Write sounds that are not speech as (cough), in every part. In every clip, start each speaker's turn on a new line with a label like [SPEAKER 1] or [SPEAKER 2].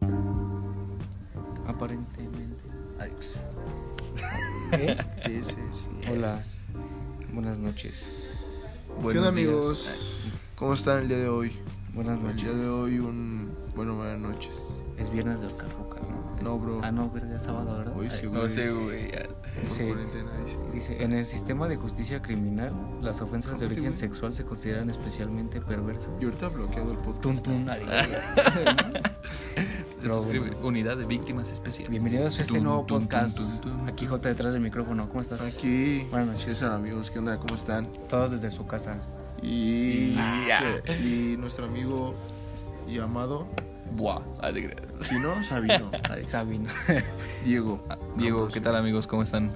[SPEAKER 1] ¿eh?
[SPEAKER 2] pues. (laughs) Sí, sí, sí.
[SPEAKER 1] Hola. Buenas noches.
[SPEAKER 2] ¿Qué onda,
[SPEAKER 1] Buenos días.
[SPEAKER 2] amigos? ¿Cómo están el día de hoy?
[SPEAKER 1] Buenas
[SPEAKER 2] El día
[SPEAKER 1] noches.
[SPEAKER 2] de hoy, un. Bueno, buenas noches.
[SPEAKER 1] Es viernes de Orcarrucas, ¿no?
[SPEAKER 2] No, bro.
[SPEAKER 1] Ah, no, verga, es sábado, ¿verdad?
[SPEAKER 2] Oh. Hoy sí, güey.
[SPEAKER 3] No sé, güey. ya.
[SPEAKER 2] Por
[SPEAKER 1] Sí.
[SPEAKER 2] cuarentena, dice.
[SPEAKER 1] Dice, en el sistema de justicia criminal, las ofensas de
[SPEAKER 2] Cálmate,
[SPEAKER 1] origen
[SPEAKER 2] güey.
[SPEAKER 1] sexual se consideran especialmente perversas.
[SPEAKER 2] Y ahorita bloqueado el podcast.
[SPEAKER 1] Tun, tun, (laughs) ahí.
[SPEAKER 3] Esto
[SPEAKER 1] Pero
[SPEAKER 3] escribe
[SPEAKER 1] bueno.
[SPEAKER 3] Unidad de Víctimas Especiales.
[SPEAKER 1] Bienvenidos a este
[SPEAKER 3] Tun,
[SPEAKER 1] nuevo
[SPEAKER 3] tun,
[SPEAKER 1] podcast.
[SPEAKER 3] tun, tun, tun.
[SPEAKER 1] Aquí J detrás del micrófono, ¿cómo estás?
[SPEAKER 2] Aquí.
[SPEAKER 1] Buenas noches.
[SPEAKER 2] César, amigos, ¿qué onda? ¿Cómo están?
[SPEAKER 1] Todos desde su casa.
[SPEAKER 2] Y.
[SPEAKER 3] Ya.
[SPEAKER 2] que- Y nuestro amigo y amado.
[SPEAKER 3] Buah, ah, te creas.
[SPEAKER 1] (laughs)
[SPEAKER 2] Sino Sabino. Ay,
[SPEAKER 1] Sabino.
[SPEAKER 2] Diego.
[SPEAKER 1] pues
[SPEAKER 2] pues,
[SPEAKER 3] Diego, ¿qué tal, amigos? ¿Cómo están?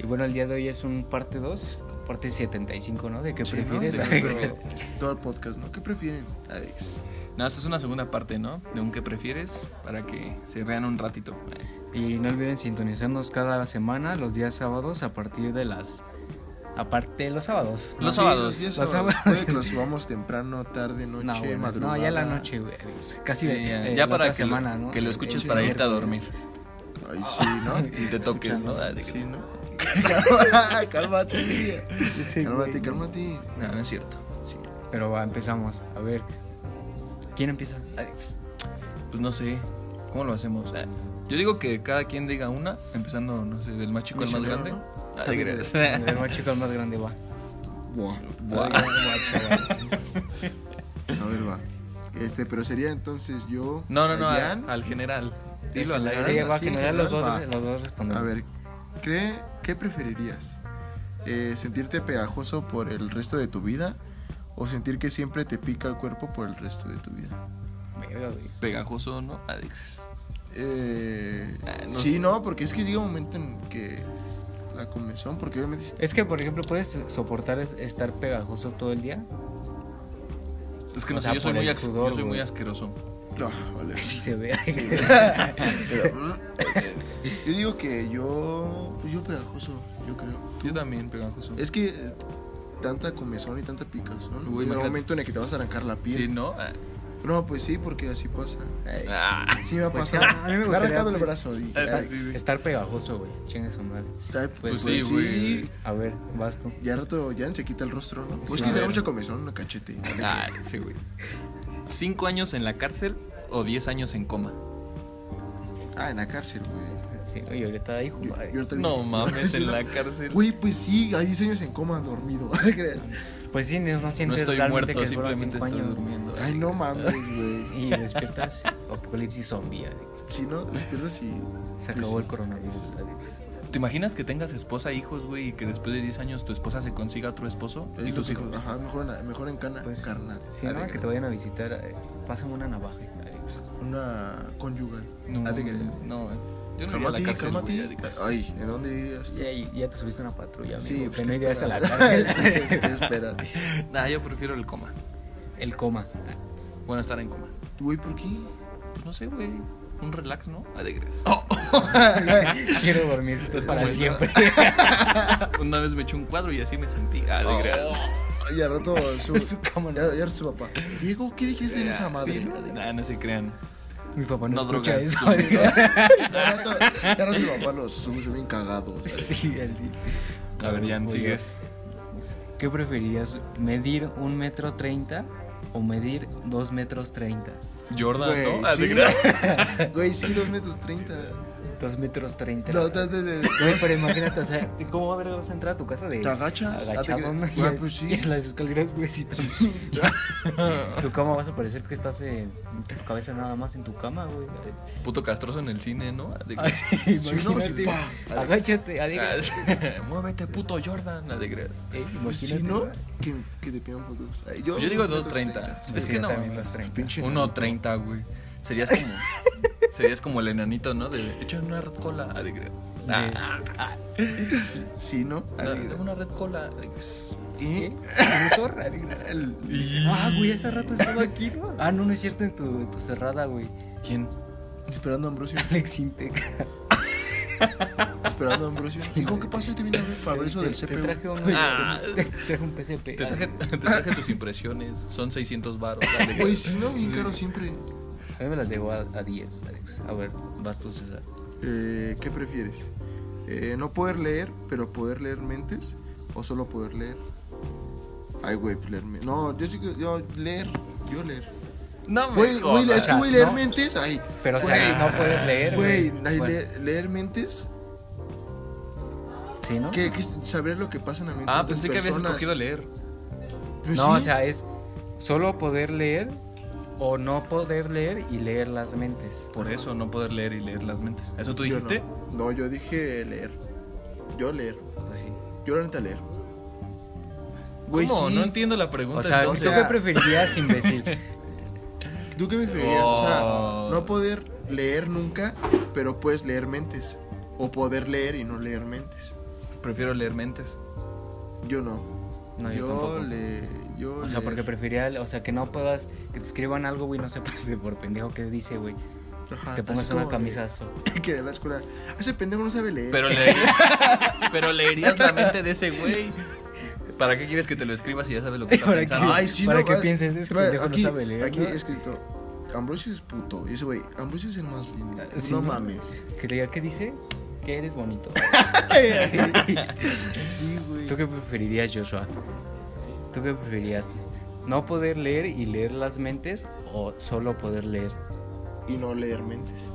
[SPEAKER 1] y bueno, el día de hoy es un parte 2, parte 75, ¿no? ¿De qué
[SPEAKER 2] Sí, ¿no?
[SPEAKER 1] prefieres?
[SPEAKER 2] De- pero
[SPEAKER 1] (laughs)
[SPEAKER 2] todo el podcast, ¿no? ¿Qué prefieren? Alex.
[SPEAKER 3] No, esta es una segunda parte, ¿no? De un que prefieres para que se rean un ratito.
[SPEAKER 1] Y no olviden sintonizarnos cada semana, los días sábados, a partir de las. Aparte de los sábados.
[SPEAKER 3] Los
[SPEAKER 2] Sí,
[SPEAKER 3] sábados.
[SPEAKER 2] días
[SPEAKER 1] Los
[SPEAKER 2] sábados.
[SPEAKER 1] sábados.
[SPEAKER 2] (laughs) Puede que los subamos temprano, tarde, noche,
[SPEAKER 1] no, bueno,
[SPEAKER 2] madrugada.
[SPEAKER 1] no, ya la noche, güey. Casi
[SPEAKER 3] Sí,
[SPEAKER 1] eh,
[SPEAKER 3] ya,
[SPEAKER 1] la
[SPEAKER 3] ya para
[SPEAKER 1] otra
[SPEAKER 3] que, lo-
[SPEAKER 1] semana,
[SPEAKER 3] que lo,
[SPEAKER 1] ¿no?
[SPEAKER 3] escuches
[SPEAKER 1] Sí,
[SPEAKER 3] para
[SPEAKER 1] sí.
[SPEAKER 3] irte a dormir
[SPEAKER 2] Ay, sí,
[SPEAKER 1] (laughs)
[SPEAKER 2] ¿no?
[SPEAKER 3] y te toques,
[SPEAKER 1] Escuchando.
[SPEAKER 3] ¿no? Ah, te creas.
[SPEAKER 1] (laughs)
[SPEAKER 2] Sí, ¿no? (laughs) Calma- cálmate.
[SPEAKER 1] Sí,
[SPEAKER 2] cálmate,
[SPEAKER 1] güey.
[SPEAKER 2] cálmate.
[SPEAKER 3] No, no es cierto.
[SPEAKER 1] Pero va, empezamos. A ver. ¿Quién empieza?
[SPEAKER 3] Pues no sé, ¿cómo lo hacemos? Ah, Yo digo que cada quien diga una, empezando, no sé, del más chico al más
[SPEAKER 2] Misionero,
[SPEAKER 3] grande.
[SPEAKER 2] ¿no?
[SPEAKER 3] Ah, te creas.
[SPEAKER 1] El más chico al más grande va.
[SPEAKER 2] Buah.
[SPEAKER 3] Buah.
[SPEAKER 1] Va, chaval.
[SPEAKER 2] A ver, va. Este, pero sería entonces yo.
[SPEAKER 3] (laughs) No, no, no, a-
[SPEAKER 2] Dayan.
[SPEAKER 3] al general. Dilo al
[SPEAKER 1] Sí,
[SPEAKER 3] aire.
[SPEAKER 1] va a
[SPEAKER 2] Sí, en
[SPEAKER 1] generar los dos,
[SPEAKER 2] general, va.
[SPEAKER 1] los dos responden.
[SPEAKER 2] A ver, ¿qué, qué preferirías? Eh, ¿Sentirte pegajoso por el resto de tu vida? ¿O sentir que siempre te pica el cuerpo por el resto de tu vida?
[SPEAKER 1] Verga, güey.
[SPEAKER 3] Pegajoso, ¿no? Ah, te creas.
[SPEAKER 2] Eh,
[SPEAKER 3] Ah, no
[SPEAKER 2] sí,
[SPEAKER 3] sé.
[SPEAKER 2] no, porque es que llega un momento en que la comezón, porque obviamente
[SPEAKER 1] Es que, por ejemplo, puedes soportar es- estar pegajoso todo el día.
[SPEAKER 3] Es que
[SPEAKER 1] O
[SPEAKER 3] no
[SPEAKER 1] sea,
[SPEAKER 3] sé, yo soy,
[SPEAKER 1] por
[SPEAKER 3] muy
[SPEAKER 1] el
[SPEAKER 3] as-
[SPEAKER 1] sudor,
[SPEAKER 3] yo soy muy
[SPEAKER 1] güey.
[SPEAKER 3] asqueroso.
[SPEAKER 2] Ah,
[SPEAKER 1] (laughs)
[SPEAKER 2] vale.
[SPEAKER 1] Si se ve.
[SPEAKER 2] (laughs) yo digo que yo. Pues yo pegajoso, yo creo.
[SPEAKER 3] Yo también pegajoso.
[SPEAKER 2] Es que eh, tanta comezón y tanta picazón.
[SPEAKER 3] Uy,
[SPEAKER 2] llega
[SPEAKER 3] imagínate.
[SPEAKER 2] un momento en el que te vas a arrancar la piel.
[SPEAKER 3] Sí, ¿no? Ah,
[SPEAKER 2] No, pues sí, porque así pasa. Ay,
[SPEAKER 3] Ah.
[SPEAKER 2] Sí me ha
[SPEAKER 1] Pues
[SPEAKER 2] pasado.
[SPEAKER 1] sí, a mí me
[SPEAKER 2] me ha
[SPEAKER 1] gustaría,
[SPEAKER 2] arrancado el
[SPEAKER 1] pues,
[SPEAKER 2] brazo. di.
[SPEAKER 3] Ah,
[SPEAKER 2] Ay,
[SPEAKER 3] sí, sí.
[SPEAKER 1] Estar pegajoso, güey. Chingue su madre.
[SPEAKER 2] ay, pues,
[SPEAKER 3] Pues sí,
[SPEAKER 2] sí,
[SPEAKER 3] güey.
[SPEAKER 1] A ver, vas tú.
[SPEAKER 2] Ya al rato, ya se quita el rostro, ¿no? Pues
[SPEAKER 1] Sí,
[SPEAKER 2] que
[SPEAKER 1] a
[SPEAKER 2] da
[SPEAKER 3] ver.
[SPEAKER 2] mucha comezón, una cachete. Dale.
[SPEAKER 3] Ah, sí, güey. ¿Cinco años en la cárcel o diez años en coma?
[SPEAKER 2] Ah, en la cárcel, güey.
[SPEAKER 1] Sí, oye, ahorita ahí,
[SPEAKER 2] Yo-
[SPEAKER 1] joder.
[SPEAKER 2] yo
[SPEAKER 1] (laughs)
[SPEAKER 2] ahorita
[SPEAKER 3] No
[SPEAKER 2] vi-
[SPEAKER 3] mames,
[SPEAKER 2] (laughs) Sí,
[SPEAKER 3] en
[SPEAKER 2] no.
[SPEAKER 3] la cárcel.
[SPEAKER 2] Güey, pues sí, hay 10 años en coma dormido. (laughs)
[SPEAKER 1] Pues sí, no, no
[SPEAKER 3] No
[SPEAKER 1] sientes
[SPEAKER 3] estoy
[SPEAKER 1] realmente
[SPEAKER 3] muerto,
[SPEAKER 1] que fueron
[SPEAKER 3] simplemente
[SPEAKER 1] cinco
[SPEAKER 3] estoy
[SPEAKER 1] años.
[SPEAKER 3] durmiendo.
[SPEAKER 2] Ay, no mames, güey.
[SPEAKER 1] Y despiertas apocalipsis zombie. Alex.
[SPEAKER 2] Si no, despiertas y.
[SPEAKER 1] Se
[SPEAKER 2] Pues
[SPEAKER 1] acabó
[SPEAKER 2] sí.
[SPEAKER 1] el coronavirus. Alex.
[SPEAKER 3] ¿Te imaginas que tengas esposa e hijos, güey, y que después de 10 años tu esposa se consiga otro esposo
[SPEAKER 2] Es
[SPEAKER 3] y
[SPEAKER 2] lo
[SPEAKER 3] tus
[SPEAKER 2] que-
[SPEAKER 3] hijos?
[SPEAKER 2] Ajá, mejor en, mejor en cana,
[SPEAKER 1] Pues,
[SPEAKER 2] carnal.
[SPEAKER 1] Si
[SPEAKER 2] Ah,
[SPEAKER 1] no,
[SPEAKER 2] de
[SPEAKER 1] que te
[SPEAKER 2] gra-
[SPEAKER 1] vayan a visitar, eh, pásame una navaja. Alex.
[SPEAKER 2] Una conyugal.
[SPEAKER 3] No,
[SPEAKER 2] Ah, de gra-
[SPEAKER 3] mames, no, güey. yo no iría a la
[SPEAKER 2] Cálmate,
[SPEAKER 3] cárcel, güey, ya
[SPEAKER 2] cálmate.
[SPEAKER 3] de que-
[SPEAKER 2] Ay, ¿en dónde irías? tú?
[SPEAKER 1] Ya, ya te subiste a una patrulla, amigo.
[SPEAKER 2] Sí,
[SPEAKER 1] que
[SPEAKER 2] pues, ¿qué
[SPEAKER 1] no irías a la
[SPEAKER 2] esperas?
[SPEAKER 1] (laughs)
[SPEAKER 2] (laughs) Sí, pues,
[SPEAKER 1] cárcel.
[SPEAKER 2] ¿qué esperas?
[SPEAKER 3] Nah, yo prefiero el coma.
[SPEAKER 1] el coma.
[SPEAKER 3] Bueno, estar en coma.
[SPEAKER 2] Güey, ¿por
[SPEAKER 3] (laughs)
[SPEAKER 2] qué?
[SPEAKER 3] Pues no sé, güey. Un relax, ¿no? Alegres.
[SPEAKER 1] Quiero dormir pues, para
[SPEAKER 2] Bueno.
[SPEAKER 1] siempre.
[SPEAKER 3] Una vez me eché un cuadro y así me sentí. Ah, Alegres.
[SPEAKER 2] Oh, Ay, al
[SPEAKER 1] (laughs)
[SPEAKER 2] rato su,
[SPEAKER 1] Su cama, ¿no?
[SPEAKER 2] ya, ya su papá. Diego, ¿qué dijiste en esa madre?
[SPEAKER 3] Nah, Ah, no se crean.
[SPEAKER 1] Mi papá no,
[SPEAKER 3] No
[SPEAKER 1] escucha
[SPEAKER 3] drogas.
[SPEAKER 1] eso.
[SPEAKER 3] sus
[SPEAKER 1] Alex.
[SPEAKER 3] hijos.
[SPEAKER 2] Ya al rato, ya al rato su papá los somos bien cagados.
[SPEAKER 1] Sí, el
[SPEAKER 3] A ver, Jan,
[SPEAKER 1] Muy
[SPEAKER 3] sigues.
[SPEAKER 1] ¿Qué preferirías? ¿Medir un metro treinta o medir dos metros treinta?
[SPEAKER 3] Jordan,
[SPEAKER 2] Güey,
[SPEAKER 3] ¿no? Ah, de
[SPEAKER 2] sí.
[SPEAKER 3] gra-
[SPEAKER 2] Güey, sí, dos metros treinta.
[SPEAKER 1] Dos metros treinta.
[SPEAKER 2] No, de- de- de-
[SPEAKER 1] Güey, pero imagínate, o sea, ¿cómo va a ver vas a entrar a tu casa de
[SPEAKER 2] ¿Te agachas? Ah,
[SPEAKER 1] agachado?
[SPEAKER 2] te-
[SPEAKER 1] ¿no?
[SPEAKER 2] Ah, pues sí.
[SPEAKER 1] (laughs) Y en las escaleras, güey, sí, también. ¿Tú cómo vas a parecer que estás en tu cabeza nada más en tu cama, güey?
[SPEAKER 3] (laughs) Puto castroso en el cine, ¿no? Ah, de gra-
[SPEAKER 1] Ay,
[SPEAKER 2] Sí, no, sí,
[SPEAKER 1] imagínate. (laughs)
[SPEAKER 2] pa.
[SPEAKER 1] Agáchate,
[SPEAKER 3] Ah,
[SPEAKER 1] adiós.
[SPEAKER 3] sí. (laughs) Muévete, puto Jordan. Ah, de gra-
[SPEAKER 1] Eh,
[SPEAKER 2] Pues
[SPEAKER 1] imagínate.
[SPEAKER 2] si no,
[SPEAKER 1] güey.
[SPEAKER 2] que, que te pidan fotos. Ay,
[SPEAKER 3] Yo digo
[SPEAKER 2] dos metros
[SPEAKER 3] 2.30.
[SPEAKER 2] treinta.
[SPEAKER 3] Es
[SPEAKER 1] Sí,
[SPEAKER 3] que
[SPEAKER 1] yo
[SPEAKER 3] no.
[SPEAKER 1] también los 30.
[SPEAKER 2] Pinche
[SPEAKER 3] 1.30, güey. Serías como.
[SPEAKER 2] (laughs)
[SPEAKER 3] Serías como el enanito, ¿no? De echa una red cola. Ah, de gra- Ah,
[SPEAKER 2] Sí, ¿no? ¿Eh? Ah,
[SPEAKER 3] no,
[SPEAKER 2] de-
[SPEAKER 3] tengo una red cola. Ah, de gra-
[SPEAKER 2] ¿Qué? El-
[SPEAKER 1] Ah, güey, hace rato estaba aquí, ¿no? Ah, no, no es cierto, en tu, en tu cerrada, güey. (laughs)
[SPEAKER 3] ¿Quién?
[SPEAKER 2] Esperando a Ambrosio.
[SPEAKER 1] Alex Intec.
[SPEAKER 2] Esperando a Ambrosio. Hijo, ¿qué pasó? Yo te vine a ver para ver eso
[SPEAKER 1] Te-
[SPEAKER 2] del
[SPEAKER 1] te-
[SPEAKER 2] CPU.
[SPEAKER 1] Te traje un,
[SPEAKER 3] Ah.
[SPEAKER 1] te traje un PCP.
[SPEAKER 3] Te traje, (laughs) te traje tus impresiones. Son 600 baros. Ah, de gra-
[SPEAKER 2] Güey, si no, bien caro siempre.
[SPEAKER 1] A mí me las llegó a, a 10, Alex. A ver, vas tú, César.
[SPEAKER 2] Eh, ¿Qué prefieres? Eh, no poder leer, pero poder leer mentes. O solo poder leer. Ay, güey, pues leer. men- No, yo sí que. Yo leer. Yo leer.
[SPEAKER 3] No me
[SPEAKER 2] Güey, güey,
[SPEAKER 3] jodas.
[SPEAKER 2] es que,
[SPEAKER 1] O
[SPEAKER 2] güey,
[SPEAKER 1] sea,
[SPEAKER 2] leer
[SPEAKER 1] no.
[SPEAKER 2] mentes. Ay,
[SPEAKER 1] Pero o
[SPEAKER 2] Güey.
[SPEAKER 1] sea, no puedes leer,
[SPEAKER 2] güey,
[SPEAKER 1] güey.
[SPEAKER 2] ay,
[SPEAKER 1] Bueno,
[SPEAKER 2] leer, leer mentes.
[SPEAKER 1] ¿Sí, no?
[SPEAKER 2] Que, que saber lo que pasa en la mente. de
[SPEAKER 3] Ah,
[SPEAKER 2] otras
[SPEAKER 3] pensé que habías
[SPEAKER 2] personas.
[SPEAKER 3] escogido leer.
[SPEAKER 2] Pues
[SPEAKER 1] No,
[SPEAKER 2] sí.
[SPEAKER 1] o sea, es solo poder leer o no poder leer y leer las mentes.
[SPEAKER 3] Por eso no poder leer y leer las mentes. ¿Eso tú
[SPEAKER 2] Yo
[SPEAKER 3] dijiste?
[SPEAKER 2] no. no, yo dije leer. Yo leer.
[SPEAKER 1] Pues sí.
[SPEAKER 2] Yo la neta leer. Güey,
[SPEAKER 3] ¿Cómo?
[SPEAKER 2] sí.
[SPEAKER 3] No entiendo la pregunta.
[SPEAKER 1] O sea, ¿tú
[SPEAKER 3] entonces.
[SPEAKER 1] qué preferirías, imbécil?
[SPEAKER 2] ¿Tú qué preferirías? O
[SPEAKER 3] Oh.
[SPEAKER 2] sea, no poder leer nunca, pero puedes leer mentes. O poder leer y no leer mentes.
[SPEAKER 3] Prefiero leer mentes.
[SPEAKER 2] Yo no.
[SPEAKER 1] No, yo, tampoco.
[SPEAKER 2] le. Yo
[SPEAKER 1] O sea,
[SPEAKER 2] leer.
[SPEAKER 1] porque prefería, o sea, que no puedas, que te escriban algo, güey, no sepas de por pendejo que dice, güey.
[SPEAKER 2] Ajá,
[SPEAKER 1] Te pongas
[SPEAKER 2] así
[SPEAKER 1] una
[SPEAKER 2] Ah, como
[SPEAKER 1] camisa azul.
[SPEAKER 2] de- (laughs) que de la escuela. "Ah, Ese pendejo no sabe
[SPEAKER 1] eh.
[SPEAKER 2] leer.
[SPEAKER 1] (laughs)
[SPEAKER 3] Pero, leerías, (laughs) pero leerías la mente de ese güey. ¿Para qué quieres que te lo escribas si ya sabes
[SPEAKER 2] (laughs)
[SPEAKER 3] lo que está
[SPEAKER 1] ¿Para qué?
[SPEAKER 3] pensando?
[SPEAKER 2] (laughs) Ay, sí,
[SPEAKER 1] Para
[SPEAKER 2] no,
[SPEAKER 1] que
[SPEAKER 2] va-
[SPEAKER 1] pienses, ese
[SPEAKER 2] va-
[SPEAKER 1] pendejo no
[SPEAKER 2] aquí,
[SPEAKER 1] sabe leer,
[SPEAKER 2] Aquí
[SPEAKER 1] ¿no?
[SPEAKER 2] escrito. Ambrosio es puto. Y ese güey, Ambrosio es el más lindo.
[SPEAKER 1] Ah, Sí,
[SPEAKER 2] no
[SPEAKER 1] ¿no?
[SPEAKER 2] mames.
[SPEAKER 1] (laughs) Que te diga, ¿qué dice? Que eres bonito.
[SPEAKER 2] Sí, güey.
[SPEAKER 1] ¿Tú qué preferirías, Joshua? ¿Tú qué preferirías? ¿No poder leer y leer las mentes o solo poder leer?
[SPEAKER 2] Y no leer mentes.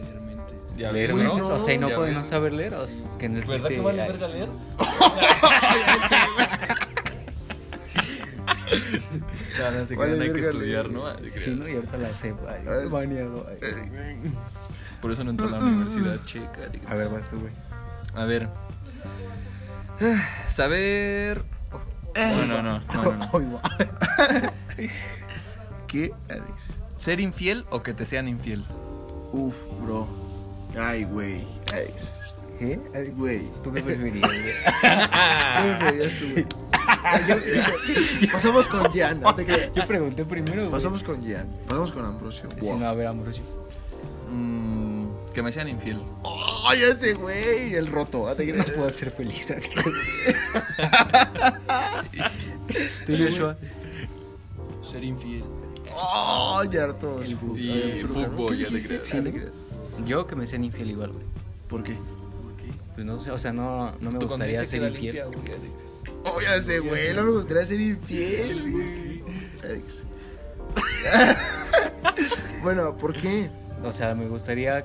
[SPEAKER 3] Leer mentes. Ya
[SPEAKER 1] ¿Leer
[SPEAKER 3] ves,
[SPEAKER 1] mentes?
[SPEAKER 2] no,
[SPEAKER 1] o sea, y no
[SPEAKER 3] ya
[SPEAKER 1] poder
[SPEAKER 3] ves.
[SPEAKER 1] no saber leer. O sea, que en el
[SPEAKER 3] ¿Verdad que
[SPEAKER 1] frente
[SPEAKER 3] vale
[SPEAKER 1] hay- (laughs)
[SPEAKER 2] (laughs)
[SPEAKER 3] verga leer? (laughs) No, no, se
[SPEAKER 2] Vale
[SPEAKER 3] crean, hay que
[SPEAKER 2] verga
[SPEAKER 3] estudiar,
[SPEAKER 2] leer.
[SPEAKER 3] ¿no? Ah, se
[SPEAKER 1] Sí,
[SPEAKER 3] crean.
[SPEAKER 1] ¿no? Y ahorita la sepa.
[SPEAKER 2] Ay.
[SPEAKER 1] Baneado. ay.
[SPEAKER 3] Por eso no entró a la universidad checa. digamos.
[SPEAKER 1] A ver, vas tú, güey.
[SPEAKER 3] A ver. (sighs) Saber. No, no, no, no, no, no. (laughs)
[SPEAKER 1] Ay, va.
[SPEAKER 2] ¿Qué?
[SPEAKER 3] ¿Ser infiel o que te sean infiel?
[SPEAKER 2] Uf, bro. Ay, güey. Ay,
[SPEAKER 1] ¿Qué?
[SPEAKER 2] güey.
[SPEAKER 1] ¿Tú
[SPEAKER 2] (laughs)
[SPEAKER 1] qué preferirías?
[SPEAKER 3] (laughs)
[SPEAKER 1] güey?
[SPEAKER 2] ¿Qué preferirías tú, güey? Ay, yo- yo- Pasamos con Gian. no te creas.
[SPEAKER 1] Yo pregunté primero, güey.
[SPEAKER 2] Pasamos con Gian. Pasamos con Ambrosio.
[SPEAKER 1] Si
[SPEAKER 2] Wow.
[SPEAKER 1] no, a ver, Ambrosio.
[SPEAKER 3] Mm, que me sean infiel.
[SPEAKER 2] Ay, ese güey. El roto. ah, te
[SPEAKER 1] No
[SPEAKER 3] eh.
[SPEAKER 2] creas.
[SPEAKER 1] puedo ser feliz.
[SPEAKER 3] (laughs) ¿Tú, Joshua? Ser infiel.
[SPEAKER 2] Ay, ya harto.
[SPEAKER 1] El
[SPEAKER 2] su-
[SPEAKER 3] y
[SPEAKER 2] ay, absurdo, ¿no?
[SPEAKER 3] fútbol,
[SPEAKER 2] ¿Qué
[SPEAKER 3] ya te
[SPEAKER 2] dijiste?
[SPEAKER 3] creas.
[SPEAKER 2] Ah, te creas.
[SPEAKER 1] Yo que me sean infiel igual, güey.
[SPEAKER 2] ¿Por qué?
[SPEAKER 1] Pues no sé, o sea, no, no me gustaría ser infiel.
[SPEAKER 2] Oh, ya sé, güey, no me gustaría ser infiel. güey. (laughs) Alex. bueno, ¿por qué?
[SPEAKER 1] O sea, me gustaría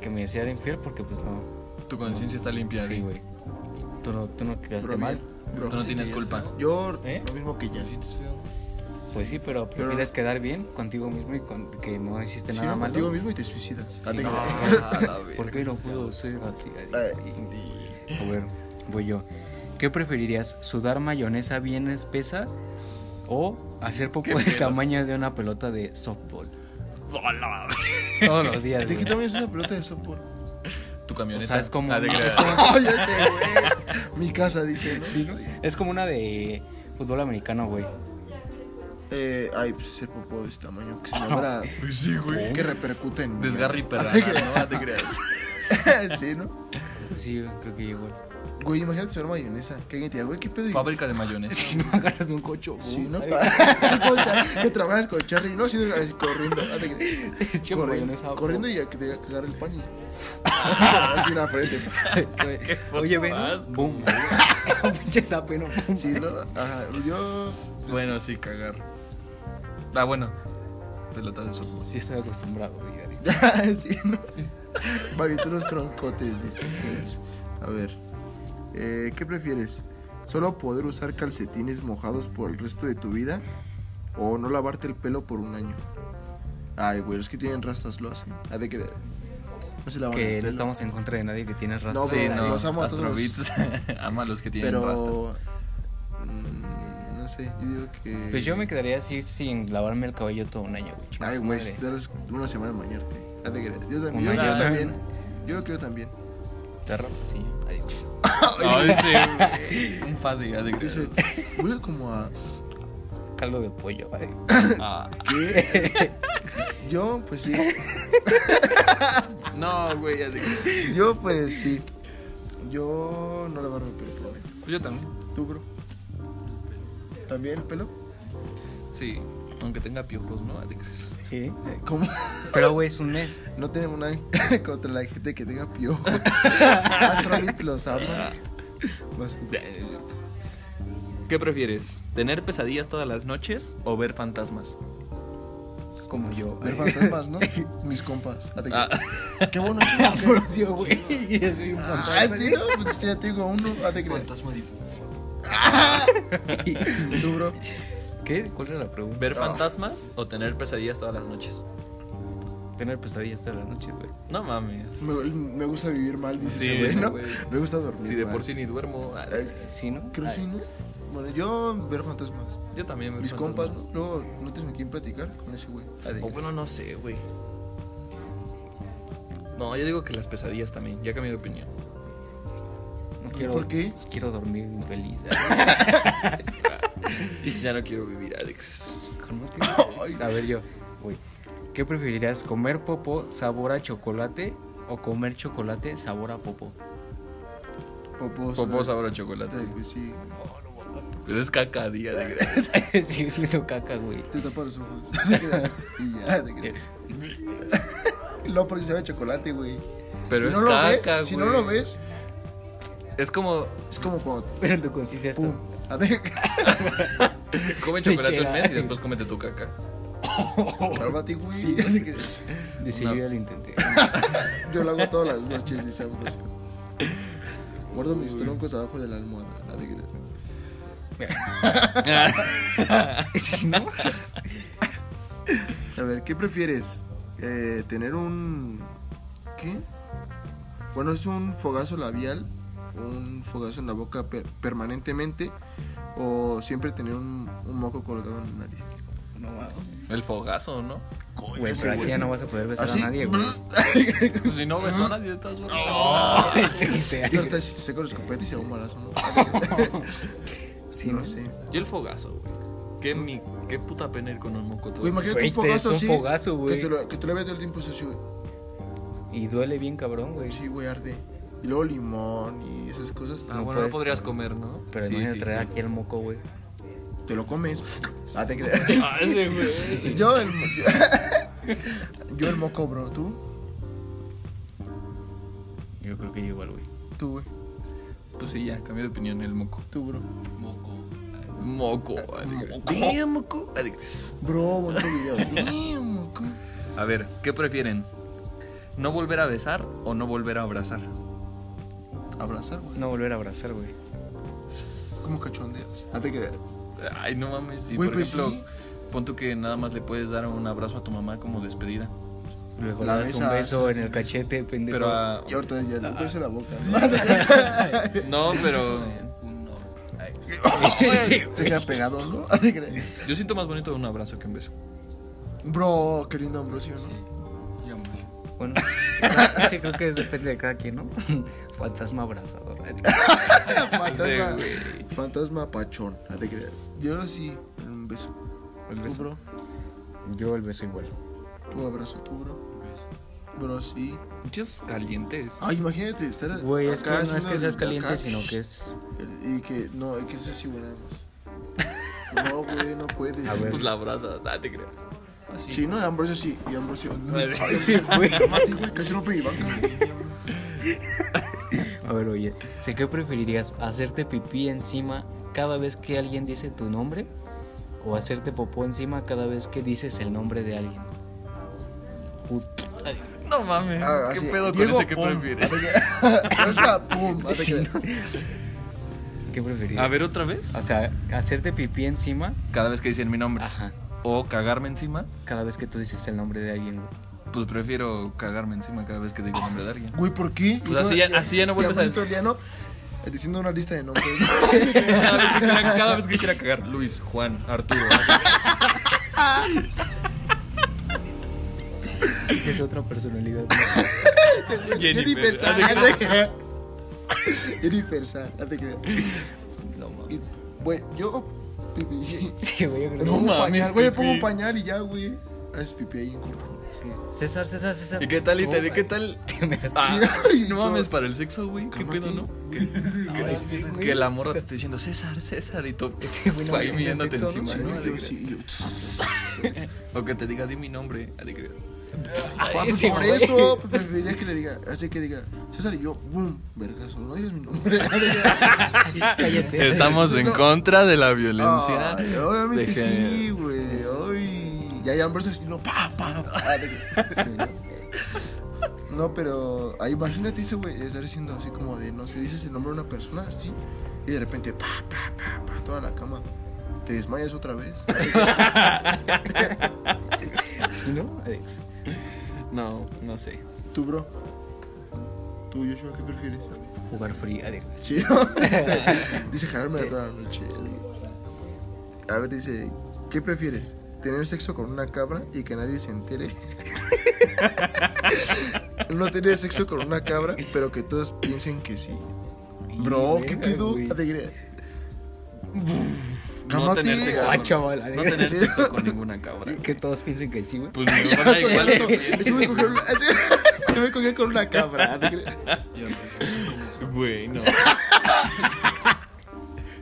[SPEAKER 1] que me sean infiel porque, pues no.
[SPEAKER 3] Tu conciencia está limpia,
[SPEAKER 1] Sí, güey. Tú no, tú no quedaste
[SPEAKER 2] Bro,
[SPEAKER 1] mal.
[SPEAKER 2] bien, bro.
[SPEAKER 3] Este Tú no tienes culpa.
[SPEAKER 2] Yo
[SPEAKER 1] ¿Eh?
[SPEAKER 2] lo mismo que ya.
[SPEAKER 1] Pues sí, pero prefieres quedar bien contigo mismo y con, que no hiciste
[SPEAKER 2] Si
[SPEAKER 1] nada
[SPEAKER 2] no, contigo
[SPEAKER 1] malo.
[SPEAKER 2] mismo y te suicidas. Ah,
[SPEAKER 1] Sí,
[SPEAKER 2] te
[SPEAKER 1] no.
[SPEAKER 2] creas. (laughs)
[SPEAKER 1] Porque no puedo ser así.
[SPEAKER 2] Ay.
[SPEAKER 1] A ver, voy yo. ¿Qué preferirías? ¿Sudar mayonesa bien espesa o hacer poco
[SPEAKER 3] Qué
[SPEAKER 1] el
[SPEAKER 3] pedo.
[SPEAKER 1] tamaño de una pelota de softball?
[SPEAKER 2] Oh,
[SPEAKER 1] Todos los
[SPEAKER 2] (laughs)
[SPEAKER 1] días.
[SPEAKER 2] ¿De
[SPEAKER 1] güey.
[SPEAKER 2] qué tamaño es una pelota de softball?
[SPEAKER 3] (laughs)
[SPEAKER 2] (laughs)
[SPEAKER 3] Tu camioneta.
[SPEAKER 1] O sea, es como-
[SPEAKER 3] Ah, de
[SPEAKER 1] es
[SPEAKER 3] creas.
[SPEAKER 2] Oh, ya sé, güey. Mi casa dice, ¿no?
[SPEAKER 1] Sí, ¿no? Es como una de fútbol americano, güey.
[SPEAKER 2] Eh, ay, pues ese popó de este tamaño que se me abra.
[SPEAKER 3] (laughs) Pues sí, güey.
[SPEAKER 2] Que repercute en. mi-
[SPEAKER 3] Desgarre y perra.
[SPEAKER 2] Ah, te
[SPEAKER 3] ¿no? Ah, te creas.
[SPEAKER 2] creas. (laughs) sí, ¿no?
[SPEAKER 1] Sí, creo que llegó.
[SPEAKER 2] Güey, imagínate ser mayonesa. Que alguien te diga, güey, ¿qué pedo? Y-
[SPEAKER 3] Fábrica de (laughs)
[SPEAKER 1] (laughs)
[SPEAKER 3] mayonesa.
[SPEAKER 1] Si no agarras un cocho, uh,
[SPEAKER 2] Sí,
[SPEAKER 1] (laughs)
[SPEAKER 2] ¿no?
[SPEAKER 1] güey.
[SPEAKER 2] Con Char- (laughs) que trabajas con Charlie, no, sino así, corriendo. ah, te crees.
[SPEAKER 1] Eche mayonesa,
[SPEAKER 2] corriendo,
[SPEAKER 1] güey.
[SPEAKER 2] corriendo y a que te cagar el pan y. (laughs) así en la frente.
[SPEAKER 1] Oye, ven.
[SPEAKER 3] más?
[SPEAKER 1] Boom.
[SPEAKER 2] (laughs)
[SPEAKER 1] Pinche sapo, ¿no? Boom.
[SPEAKER 2] Sí, ¿no? Ajá, yo. pues,
[SPEAKER 3] Bueno, sí, cagar. Ah, bueno. Pelota de softball.
[SPEAKER 1] Sí, estoy acostumbrado, güey. a-
[SPEAKER 2] (laughs) Ya, sí, ¿no? Baby, tú unos troncotes, dices. Sí. A ver, eh, ¿qué prefieres? ¿Solo poder usar calcetines mojados por el resto de tu vida? ¿O no lavarte el pelo por un año? Ay, güey, los que tienen rastas lo hacen. Ah, de que. No se lavan
[SPEAKER 1] Que
[SPEAKER 2] el
[SPEAKER 1] no
[SPEAKER 2] pelo.
[SPEAKER 1] estamos en contra de nadie que tiene rastas.
[SPEAKER 2] No,
[SPEAKER 3] Sí,
[SPEAKER 2] bro,
[SPEAKER 3] no.
[SPEAKER 2] los amo a todos.
[SPEAKER 3] Astrobits. (laughs) ama a los que tienen rastas.
[SPEAKER 2] Pero. mm, No sé, yo digo que.
[SPEAKER 1] Pues yo me quedaría así sin lavarme el cabello todo un año, güey. Chinga
[SPEAKER 2] Ay,
[SPEAKER 1] su
[SPEAKER 2] güey,
[SPEAKER 1] madre.
[SPEAKER 2] si te das una semana en bañarte. Ah, te creas. Yo también. Yo,
[SPEAKER 1] Una
[SPEAKER 2] yo
[SPEAKER 1] ya.
[SPEAKER 2] también. Yo lo quiero también.
[SPEAKER 1] Te rompo, sí. pues, Adiós.
[SPEAKER 3] Ay, sí, güey. Un fadi, ah, de
[SPEAKER 2] Yo
[SPEAKER 3] creas.
[SPEAKER 2] soy- Huele como a.
[SPEAKER 1] Caldo de pollo. ay.
[SPEAKER 3] (laughs) Ah.
[SPEAKER 2] ¿Qué? Yo, pues sí.
[SPEAKER 3] No, güey, ya te creas.
[SPEAKER 2] Yo, pues sí. Yo no lavarme el pelo. por
[SPEAKER 3] Pues
[SPEAKER 2] ahora.
[SPEAKER 3] Yo también.
[SPEAKER 2] ¿Tú, bro? ¿También el pelo?
[SPEAKER 3] Sí. Aunque tenga piojos, ¿no? ¿Te crees?
[SPEAKER 1] Sí.
[SPEAKER 2] Eh, ¿Cómo?
[SPEAKER 1] (laughs) Pero, güey, es un mes. (laughs)
[SPEAKER 2] No tenemos nada en- (laughs) contra la gente que tenga piojos. Astrolith los ama. Pues, Bastante.
[SPEAKER 3] ¿Qué prefieres? ¿Tener pesadillas todas las noches o ver fantasmas?
[SPEAKER 1] Como yo.
[SPEAKER 2] Ver fantasmas, ¿no? Mis compas. Ah, te-
[SPEAKER 3] Ah.
[SPEAKER 2] Qué bueno. chico, qué-
[SPEAKER 1] Yo, güey. yo soy un
[SPEAKER 2] Ah,
[SPEAKER 1] fantasma.
[SPEAKER 2] sí, no, pues ya te digo uno. Ah, te creas. Tú, bro.
[SPEAKER 1] ¿Qué? ¿Cuál era la pregunta?
[SPEAKER 3] ¿Ver
[SPEAKER 2] Ah.
[SPEAKER 3] fantasmas o tener pesadillas todas las noches?
[SPEAKER 1] Tener pesadillas todas las noches, güey.
[SPEAKER 3] No mames.
[SPEAKER 2] Me, me gusta vivir mal, dices,
[SPEAKER 3] Sí,
[SPEAKER 2] güey,
[SPEAKER 3] eso,
[SPEAKER 2] ¿no?
[SPEAKER 3] güey.
[SPEAKER 2] Me gusta dormir.
[SPEAKER 3] Si de
[SPEAKER 2] mal.
[SPEAKER 3] por sí ni duermo. ah,
[SPEAKER 2] Eh,
[SPEAKER 1] ¿Sí, no?
[SPEAKER 2] creo que
[SPEAKER 1] Ay,
[SPEAKER 2] sí, ¿no? Bueno, yo ver fantasmas.
[SPEAKER 3] Yo también ver
[SPEAKER 2] Mis
[SPEAKER 3] fantasmas.
[SPEAKER 2] compas, ¿no? Luego no tienes con quién platicar con ese güey. Ah, de-
[SPEAKER 3] O bueno, no sé, güey. No, yo digo que las pesadillas también. Ya cambié de opinión. (laughs)
[SPEAKER 1] no quiero,
[SPEAKER 2] ¿Por qué?
[SPEAKER 1] Quiero dormir feliz.
[SPEAKER 3] Ya no quiero vivir, ah, Alex.
[SPEAKER 1] Cálmate.
[SPEAKER 2] Ay.
[SPEAKER 1] (laughs) A ver, yo. Güey. ¿Qué preferirías? ¿Comer popó sabor a chocolate o comer chocolate sabor a popó?
[SPEAKER 2] Popó,
[SPEAKER 3] Popó
[SPEAKER 2] sabe-
[SPEAKER 3] sabor a chocolate.
[SPEAKER 2] Ay, güey, sí.
[SPEAKER 3] Pero es caca, día
[SPEAKER 1] (laughs)
[SPEAKER 3] de
[SPEAKER 1] Sigue siendo caca, güey.
[SPEAKER 2] Te tapa los ojos. Te quedas- y ya, te quedas. (laughs) No, porque sabe a chocolate, güey.
[SPEAKER 3] Pero
[SPEAKER 2] si
[SPEAKER 3] es
[SPEAKER 2] no lo
[SPEAKER 3] caca,
[SPEAKER 2] ves, Si no
[SPEAKER 3] güey.
[SPEAKER 2] lo ves,
[SPEAKER 3] Es como
[SPEAKER 2] es como cuando.
[SPEAKER 1] Pero en tu conciencia está.
[SPEAKER 2] ¡Pum! Ah, (laughs) de-
[SPEAKER 3] come chocolate un
[SPEAKER 1] Literal.
[SPEAKER 3] mes y después cómete tu caca.
[SPEAKER 2] Cálmate, güey.
[SPEAKER 1] Sí.
[SPEAKER 2] Ya te quedas.
[SPEAKER 1] Dice,
[SPEAKER 3] Una-
[SPEAKER 1] yo ya lo intenté.
[SPEAKER 2] Yo lo hago todas las noches, dice Ambrosio. Guardo mis troncos abajo de la almohada. Ah, de-
[SPEAKER 3] Ah. (laughs)
[SPEAKER 1] ¿Sí, no?
[SPEAKER 2] A ver, ¿qué prefieres? Eh, ¿Tener un... ¿Qué? Bueno, es un fogazo labial, un fogazo en la boca per- permanentemente o siempre tener un, un moco colgado en la nariz.
[SPEAKER 1] No, mames.
[SPEAKER 3] El fogazo, ¿no?
[SPEAKER 1] (laughs) Güey, pero Pues así
[SPEAKER 2] ¿Ah,
[SPEAKER 1] ya no vas a poder besar
[SPEAKER 2] ¿Así?
[SPEAKER 1] a nadie, güey. (laughs)
[SPEAKER 3] Pues si no ves a nadie de todas formas.
[SPEAKER 2] Y ahorita si se con el escopeta y se da un balazo, ¿no?
[SPEAKER 1] (laughs) Sí,
[SPEAKER 2] no
[SPEAKER 1] ¿no?
[SPEAKER 2] sé.
[SPEAKER 3] Yo el fogazo, güey. Qué, mi, qué puta pena ir con un moco todo.
[SPEAKER 2] Güey, imagínate
[SPEAKER 1] Güey, este
[SPEAKER 2] un
[SPEAKER 1] es
[SPEAKER 2] fogazo
[SPEAKER 1] un
[SPEAKER 2] así.
[SPEAKER 1] fogazo, güey.
[SPEAKER 2] que te lo, que te lo veas todo el tiempo así, güey.
[SPEAKER 1] Y duele bien cabrón, güey.
[SPEAKER 2] Sí, güey, arde. Y luego limón y esas cosas.
[SPEAKER 3] ah,
[SPEAKER 1] no
[SPEAKER 3] bueno,
[SPEAKER 1] puedes.
[SPEAKER 3] no podrías comer, ¿no?
[SPEAKER 1] Pero
[SPEAKER 3] Sí,
[SPEAKER 1] imagínate
[SPEAKER 3] sí,
[SPEAKER 1] traer
[SPEAKER 3] sí.
[SPEAKER 1] aquí el moco, güey.
[SPEAKER 2] Te lo comes. Ah, te creas.
[SPEAKER 3] (laughs) Ah, ese güey.
[SPEAKER 2] Yo el, (laughs) yo el moco, bro. ¿Tú?
[SPEAKER 1] Yo creo que yo igual, güey.
[SPEAKER 2] Tú, güey.
[SPEAKER 3] Pues sí, ya, cambié de opinión el moco.
[SPEAKER 2] Tú, bro.
[SPEAKER 3] Moco. Moco,
[SPEAKER 1] Ah,
[SPEAKER 3] Alex.
[SPEAKER 2] Moco.
[SPEAKER 3] Damn, moco, Alex.
[SPEAKER 2] Bro, bonito video. (laughs) Damn, moco.
[SPEAKER 3] A ver, ¿qué prefieren? ¿No volver a besar o no volver a abrazar?
[SPEAKER 2] Abrazar, güey.
[SPEAKER 1] No volver a abrazar, güey.
[SPEAKER 2] Como cachondeas. Ah, te creas.
[SPEAKER 3] Ay, no mames. Si,
[SPEAKER 2] Güey,
[SPEAKER 3] por
[SPEAKER 2] pues
[SPEAKER 3] ejemplo,
[SPEAKER 2] sí.
[SPEAKER 3] pon tú que nada más le puedes dar un abrazo a tu mamá como despedida.
[SPEAKER 1] Luego le
[SPEAKER 2] La
[SPEAKER 1] das un
[SPEAKER 2] besas.
[SPEAKER 1] beso en el cachete, pendejo.
[SPEAKER 3] Pero a-
[SPEAKER 2] Y ahorita ya
[SPEAKER 1] Ah.
[SPEAKER 2] le puse la boca.
[SPEAKER 3] (laughs)
[SPEAKER 2] (laughs)
[SPEAKER 3] No, pero.
[SPEAKER 1] Sí,
[SPEAKER 2] Se queda pegado, ¿no? (laughs) Ah, te creas.
[SPEAKER 3] Yo siento más bonito un abrazo que un beso.
[SPEAKER 2] Bro, qué lindo Ambrosio, ¿no?
[SPEAKER 1] Bueno, (laughs) sí, creo que es- depende de cada quien, ¿no? (laughs) Fantasma abrazador.
[SPEAKER 2] (laughs) Fantasma.
[SPEAKER 3] güey.
[SPEAKER 2] Fantasma pachón. Ah, te creas. Yo sí. Un beso.
[SPEAKER 3] El
[SPEAKER 2] Tú,
[SPEAKER 3] beso.
[SPEAKER 2] bro.
[SPEAKER 1] Yo el beso igual.
[SPEAKER 2] Tu abrazo, tú, bro. Bro, sí.
[SPEAKER 3] Muchos calientes.
[SPEAKER 2] Ay, imagínate estar
[SPEAKER 1] Güey, es que no
[SPEAKER 2] acá
[SPEAKER 1] es que
[SPEAKER 2] haciendo
[SPEAKER 1] seas
[SPEAKER 2] acá,
[SPEAKER 1] caliente, sino que es.
[SPEAKER 2] Y que, no, es que es así,
[SPEAKER 1] (laughs)
[SPEAKER 2] bueno, además. No, güey, no puedes.
[SPEAKER 1] A ver.
[SPEAKER 3] Pues la abrazas. Ah, te creas. Así.
[SPEAKER 2] Sí, no, de Ambrosio sí. Y Ambrosio.
[SPEAKER 1] Sí, güey.
[SPEAKER 2] Mate, güey, casi no pedí banca.
[SPEAKER 1] A ver, oye, ¿sé qué preferirías? ¿Hacerte pipí encima cada vez que alguien dice tu nombre? ¿O hacerte popó encima cada vez que dices el nombre de alguien? Put- Ay,
[SPEAKER 3] No mames.
[SPEAKER 2] Ah,
[SPEAKER 3] ¿Qué
[SPEAKER 2] así,
[SPEAKER 3] pedo
[SPEAKER 2] Diego,
[SPEAKER 3] con ese que
[SPEAKER 2] pum.
[SPEAKER 3] prefieres?
[SPEAKER 2] O sea, pum, mate,
[SPEAKER 1] Sí,
[SPEAKER 2] que-
[SPEAKER 1] ¿no? ¿Qué preferirías?
[SPEAKER 3] A ver, otra vez.
[SPEAKER 1] O sea, hacerte pipí encima.
[SPEAKER 3] Cada vez que dicen mi nombre.
[SPEAKER 1] Ajá.
[SPEAKER 3] O cagarme encima.
[SPEAKER 1] Cada vez que tú dices el nombre de alguien, güey.
[SPEAKER 3] Pues prefiero cagarme encima cada vez que digo el nombre de
[SPEAKER 2] (laughs)
[SPEAKER 3] alguien.
[SPEAKER 2] Güey, ¿por qué?
[SPEAKER 3] Pues así ya- así ya no vuelves a-
[SPEAKER 2] decir. Diciendo una lista
[SPEAKER 1] (laughs)
[SPEAKER 2] de nombres.
[SPEAKER 3] Cada vez que quiera, cada vez que quiera cagar. Luis, Juan,
[SPEAKER 2] (laughs)
[SPEAKER 3] Arturo.
[SPEAKER 1] Es otra personalidad.
[SPEAKER 3] (laughs)
[SPEAKER 2] Jennifer San. haz de creer. Jennifer San, haz de creer.
[SPEAKER 3] No mames.
[SPEAKER 2] Y, Güey, yo. pipí.
[SPEAKER 1] Sí, güey, yo
[SPEAKER 2] Me
[SPEAKER 1] creo
[SPEAKER 3] No
[SPEAKER 2] pongo un
[SPEAKER 3] mames,
[SPEAKER 2] pañal, güey, me pongo un
[SPEAKER 3] pipí.
[SPEAKER 2] pañal y ya, güey. Haces pipí ahí en corto.
[SPEAKER 1] que- César, César, César.
[SPEAKER 3] ¿Y qué tal, Ita? ¿De
[SPEAKER 1] Oh, (laughs)
[SPEAKER 3] qué tal?
[SPEAKER 1] Te me
[SPEAKER 3] Ah, (laughs)
[SPEAKER 2] Ay,
[SPEAKER 3] no
[SPEAKER 2] no.
[SPEAKER 3] mames, para el sexo, güey. ¿Qué
[SPEAKER 2] Cálmate.
[SPEAKER 3] pedo, no?
[SPEAKER 2] (laughs)
[SPEAKER 3] Que, que-
[SPEAKER 1] Ay, sí, güey.
[SPEAKER 3] que la morra te esté diciendo César, César y tú
[SPEAKER 1] Ese güey no piensa
[SPEAKER 3] ahí
[SPEAKER 1] en
[SPEAKER 3] midiéndote
[SPEAKER 1] sexo,
[SPEAKER 3] encima,
[SPEAKER 1] ¿no?
[SPEAKER 3] ¿no?
[SPEAKER 2] Yo sí, yo-
[SPEAKER 3] O que te diga, di mi nombre. Ah, te creas.
[SPEAKER 1] Ay,
[SPEAKER 2] Ah, pues
[SPEAKER 1] sí,
[SPEAKER 2] por
[SPEAKER 1] güey.
[SPEAKER 2] eso pues, preferiría que le diga, así que diga, César y yo, boom, vergazo, no digas mi
[SPEAKER 1] (laughs)
[SPEAKER 2] nombre. (laughs)
[SPEAKER 1] Cállate.
[SPEAKER 3] Estamos en
[SPEAKER 2] No.
[SPEAKER 3] contra de la violencia.
[SPEAKER 2] Ay, obviamente
[SPEAKER 3] de género.
[SPEAKER 2] sí, güey. Ay, ya ya versus no, pa, pa, pa. de que- sí, ¿no? no, pero ah, imagínate ese güey estar diciendo así como de, no sé, dices el nombre de una persona así y de repente pa, pa, pa, pa, toda la cama. Te desmayas otra
[SPEAKER 3] (laughs)
[SPEAKER 2] vez.
[SPEAKER 1] ¿Sí, no? eh, pues, Alex.
[SPEAKER 3] No, no sé.
[SPEAKER 2] Tú, bro. Tú, Joshua, ¿qué prefieres?
[SPEAKER 1] Jugar free. Alex.
[SPEAKER 2] Sí, ¿no? dice jalarme toda la noche. A ver, dice, ¿qué prefieres? ¿Tener sexo con una cabra y que nadie se entere? (laughs) no tener sexo con una cabra, pero que todos piensen que sí. Bro, ¿qué
[SPEAKER 1] Verga,
[SPEAKER 2] pedo?
[SPEAKER 1] güey.
[SPEAKER 2] Alegría.
[SPEAKER 3] No
[SPEAKER 2] Cálmate.
[SPEAKER 3] tener sexo.
[SPEAKER 1] Ah,
[SPEAKER 3] con-
[SPEAKER 1] chaval,
[SPEAKER 3] No
[SPEAKER 1] Alex. (laughs)
[SPEAKER 3] tener sexo con ninguna cabra.
[SPEAKER 1] Que todos piensen que sí, güey.
[SPEAKER 3] Pues me
[SPEAKER 2] Ah,
[SPEAKER 3] van a igual. (laughs)
[SPEAKER 2] (laughs) Yo me cogí una- (laughs) yo me cogí con una cabra. alegría.
[SPEAKER 3] Güey, no. (laughs)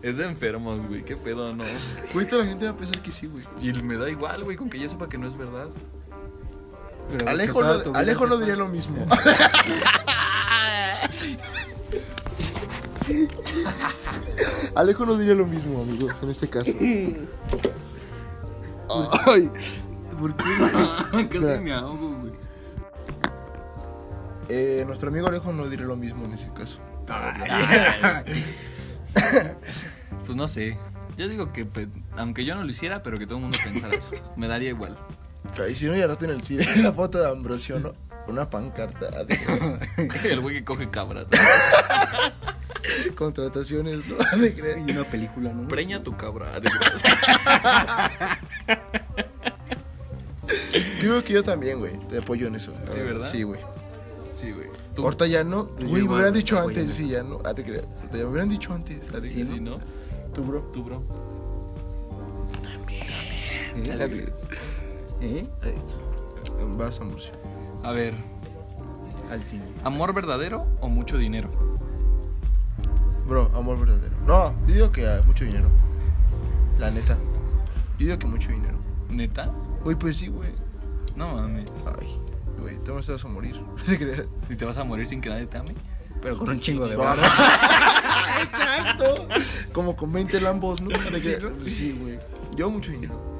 [SPEAKER 3] Es de enfermos, güey. ¿Qué pedo, no?
[SPEAKER 2] Güey, toda la gente va a pensar que sí, güey.
[SPEAKER 3] Y me da igual, güey, con que yo sepa que no es verdad.
[SPEAKER 1] Pero es que
[SPEAKER 2] Alejo
[SPEAKER 1] toda
[SPEAKER 2] no-
[SPEAKER 1] tu vida
[SPEAKER 2] Alejo no
[SPEAKER 1] sepa-
[SPEAKER 2] diría
[SPEAKER 1] (laughs)
[SPEAKER 2] lo mismo. Alejo no diría lo mismo, amigos, en este caso. Ay, ¿por qué? Espera.
[SPEAKER 3] Casi me ahogo, güey.
[SPEAKER 2] Eh, nuestro amigo Alejo no diría lo mismo en ese caso.
[SPEAKER 3] Pues no sé. Yo digo que, pe- aunque yo no lo hiciera, pero que todo el mundo pensara eso. Me daría igual. (laughs)
[SPEAKER 2] Y si no, ya rato en el cine, la foto de Ambrosio, ¿no? Una pancarta de (laughs)
[SPEAKER 3] El güey que coge cabras.
[SPEAKER 2] contrataciones, ¿no? (laughs) De creer.
[SPEAKER 1] (laughs) Y una película, ¿no?
[SPEAKER 3] Preña tu cabra. Ah,
[SPEAKER 2] Creo que yo también, güey. Te apoyo en eso. la
[SPEAKER 3] Sí, ¿verdad?
[SPEAKER 2] Sí, güey.
[SPEAKER 3] Sí, güey. Tú. pues
[SPEAKER 2] Ahorita ya no. Güey, me
[SPEAKER 3] igual,
[SPEAKER 2] hubieran dicho
[SPEAKER 1] güey,
[SPEAKER 2] antes,
[SPEAKER 1] no.
[SPEAKER 2] sí, ya no. Ah, te creas. Ahorita ya me hubieran dicho antes. Ah, te
[SPEAKER 1] Sí,
[SPEAKER 2] creas.
[SPEAKER 3] Sí, ¿no?
[SPEAKER 2] Tú, bro.
[SPEAKER 3] Tú, bro.
[SPEAKER 1] ¿Eh? ¿Eh?
[SPEAKER 2] Vas a Murcia.
[SPEAKER 3] A ver,
[SPEAKER 1] Al cine.
[SPEAKER 3] ¿amor verdadero o mucho dinero?
[SPEAKER 2] Bro, amor verdadero. No, yo digo que ah, mucho dinero. La neta. Yo digo que mucho dinero.
[SPEAKER 3] ¿Neta?
[SPEAKER 2] Güey, pues sí, güey.
[SPEAKER 3] No mames.
[SPEAKER 2] Ay, güey, tú me estás a morir. (laughs) ¿Te creas?
[SPEAKER 3] ¿Y te vas a morir sin que nadie te ame?
[SPEAKER 1] Pero con un chingo de
[SPEAKER 2] No,
[SPEAKER 1] barro.
[SPEAKER 2] no. (laughs) Exacto. Como con 20 lambos, ¿no? ¿Te creas? Sí, güey. Yo mucho dinero.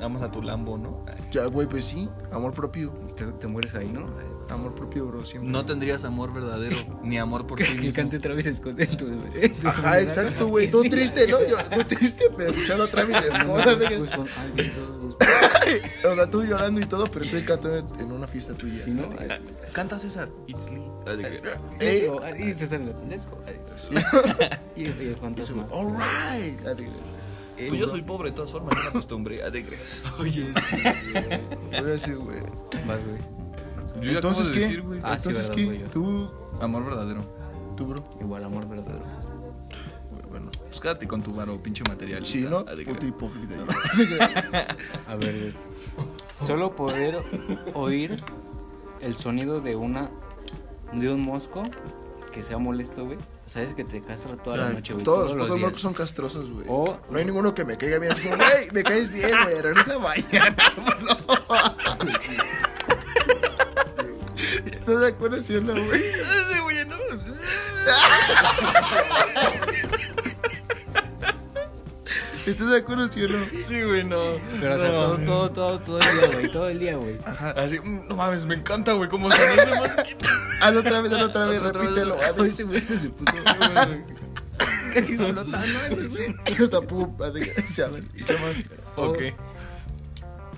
[SPEAKER 3] Vamos a tu Lambo, ¿no? Ay.
[SPEAKER 2] Ya, güey, pues sí. Amor propio.
[SPEAKER 1] Te, te mueres ahí, ¿no?
[SPEAKER 2] Amor propio, bro, siempre.
[SPEAKER 3] No tendrías amor
[SPEAKER 1] (laughs)
[SPEAKER 3] verdadero, ni amor por ti
[SPEAKER 1] Que
[SPEAKER 3] mismo.
[SPEAKER 1] cante Travis Scott en tu... (laughs) en tu
[SPEAKER 2] Ajá,
[SPEAKER 1] funeral.
[SPEAKER 2] exacto, güey. Tú triste, ¿no? Yo, tú triste, pero escuchando a Travis
[SPEAKER 1] Ah, (laughs)
[SPEAKER 2] Scott. ¿te creas?
[SPEAKER 1] Goosebumps. Ay, güey, pues, todos pues, goosebumps.
[SPEAKER 2] (laughs) O sea, tú llorando y todo, pero estoy cantando en una fiesta tuya.
[SPEAKER 1] Sí, ¿no?
[SPEAKER 3] Canta César. It's Lee. Ay, de que-
[SPEAKER 1] Let's
[SPEAKER 2] Eh,
[SPEAKER 1] go. Ay, Y César, let's go. Ay,
[SPEAKER 2] sí.
[SPEAKER 1] Y el y el
[SPEAKER 2] Y se va,
[SPEAKER 1] fantasma.
[SPEAKER 2] All right.
[SPEAKER 3] Pues yo soy pobre de todas formas, ya me acostumbré. Ay,
[SPEAKER 1] (laughs)
[SPEAKER 3] de que-
[SPEAKER 2] Oye, voy a decir, güey.
[SPEAKER 1] Vas, güey.
[SPEAKER 3] Yo ya
[SPEAKER 2] Entonces,
[SPEAKER 3] acabo de
[SPEAKER 2] ¿qué?
[SPEAKER 3] decir, güey.
[SPEAKER 1] Ah, sí,
[SPEAKER 2] Entonces,
[SPEAKER 1] verdad, güey,
[SPEAKER 2] ¿qué?
[SPEAKER 1] yo.
[SPEAKER 2] Tú,
[SPEAKER 3] Amor verdadero.
[SPEAKER 2] tú, bro.
[SPEAKER 1] Igual amor verdadero.
[SPEAKER 2] Güey, Bueno,
[SPEAKER 3] Pues quédate con tu varo, pinche material.
[SPEAKER 2] sí, ¿no?
[SPEAKER 3] Ay, Ah, de que-
[SPEAKER 2] Puto hipócrita. yo.
[SPEAKER 1] A ver, güey. Solo poder oír el sonido de una. de un mosco que sea molesto, güey. Sabes que te castra toda la
[SPEAKER 2] Ay,
[SPEAKER 1] noche, güey.
[SPEAKER 2] Ah, Todos
[SPEAKER 1] Todos,
[SPEAKER 2] los putos
[SPEAKER 1] los
[SPEAKER 2] locos
[SPEAKER 1] días.
[SPEAKER 2] son castrosos, güey.
[SPEAKER 1] O
[SPEAKER 2] No hay ninguno que me caiga bien. Así como, güey, me caes bien, güey. Regresa mañana, (laughs) bro. ¿Estás de acuerdo, sí o no, güey?
[SPEAKER 3] Ese güey, no.
[SPEAKER 2] ¿Estás de acuerdo, sí o no?
[SPEAKER 3] Sí, güey, no.
[SPEAKER 1] Pero, o sea, todo, todo, todo, todo el día, güey. Todo el día, güey.
[SPEAKER 3] Así, mm, no mames, me encanta, güey, cómo se ese mosquito.
[SPEAKER 2] Hazlo otra vez, hazlo otra vez,
[SPEAKER 3] Otra vez,
[SPEAKER 2] repítelo.
[SPEAKER 3] otra
[SPEAKER 1] Todo ese güey este se puso. Casi solo tan mal, güey.
[SPEAKER 2] (laughs) Hijo de puta, de- se abre. ¿Qué más?
[SPEAKER 3] (laughs) Ok.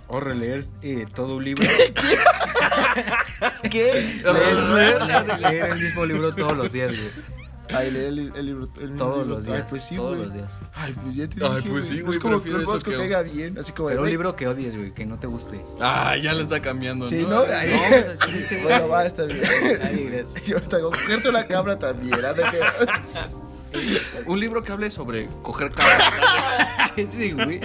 [SPEAKER 1] O releer eh, todo un libro.
[SPEAKER 2] ¿Qué?
[SPEAKER 1] (laughs) leer, leer, leer el mismo libro todos los días, güey.
[SPEAKER 2] Ay, lee el, el libro. El mismo
[SPEAKER 1] Todos
[SPEAKER 2] libro.
[SPEAKER 1] los
[SPEAKER 2] Ay,
[SPEAKER 1] días,
[SPEAKER 2] pues sí,
[SPEAKER 1] todos
[SPEAKER 2] güey.
[SPEAKER 1] los días.
[SPEAKER 2] Ay, pues ya te dije.
[SPEAKER 3] Ay, pues sí,
[SPEAKER 2] No
[SPEAKER 3] güey,
[SPEAKER 2] Es como que
[SPEAKER 3] prefiero
[SPEAKER 2] un
[SPEAKER 3] eso
[SPEAKER 2] podcast que
[SPEAKER 3] que-
[SPEAKER 2] caiga bien. Así como,
[SPEAKER 1] Pero un
[SPEAKER 2] güey.
[SPEAKER 1] libro que odies, güey, que no te guste.
[SPEAKER 3] Ah, ya lo está cambiando,
[SPEAKER 2] Sí,
[SPEAKER 3] ¿no?
[SPEAKER 2] ¿no? Ay,
[SPEAKER 1] No,
[SPEAKER 2] (laughs)
[SPEAKER 1] pues así dice, güey.
[SPEAKER 2] bueno, va, está bien.
[SPEAKER 1] Ay, gracias.
[SPEAKER 2] Y ahorita con cogerte una cabra también. ¿ah?
[SPEAKER 1] (laughs)
[SPEAKER 2] De que-
[SPEAKER 3] Un libro que hable sobre coger cabras.
[SPEAKER 1] (laughs) Sí, güey.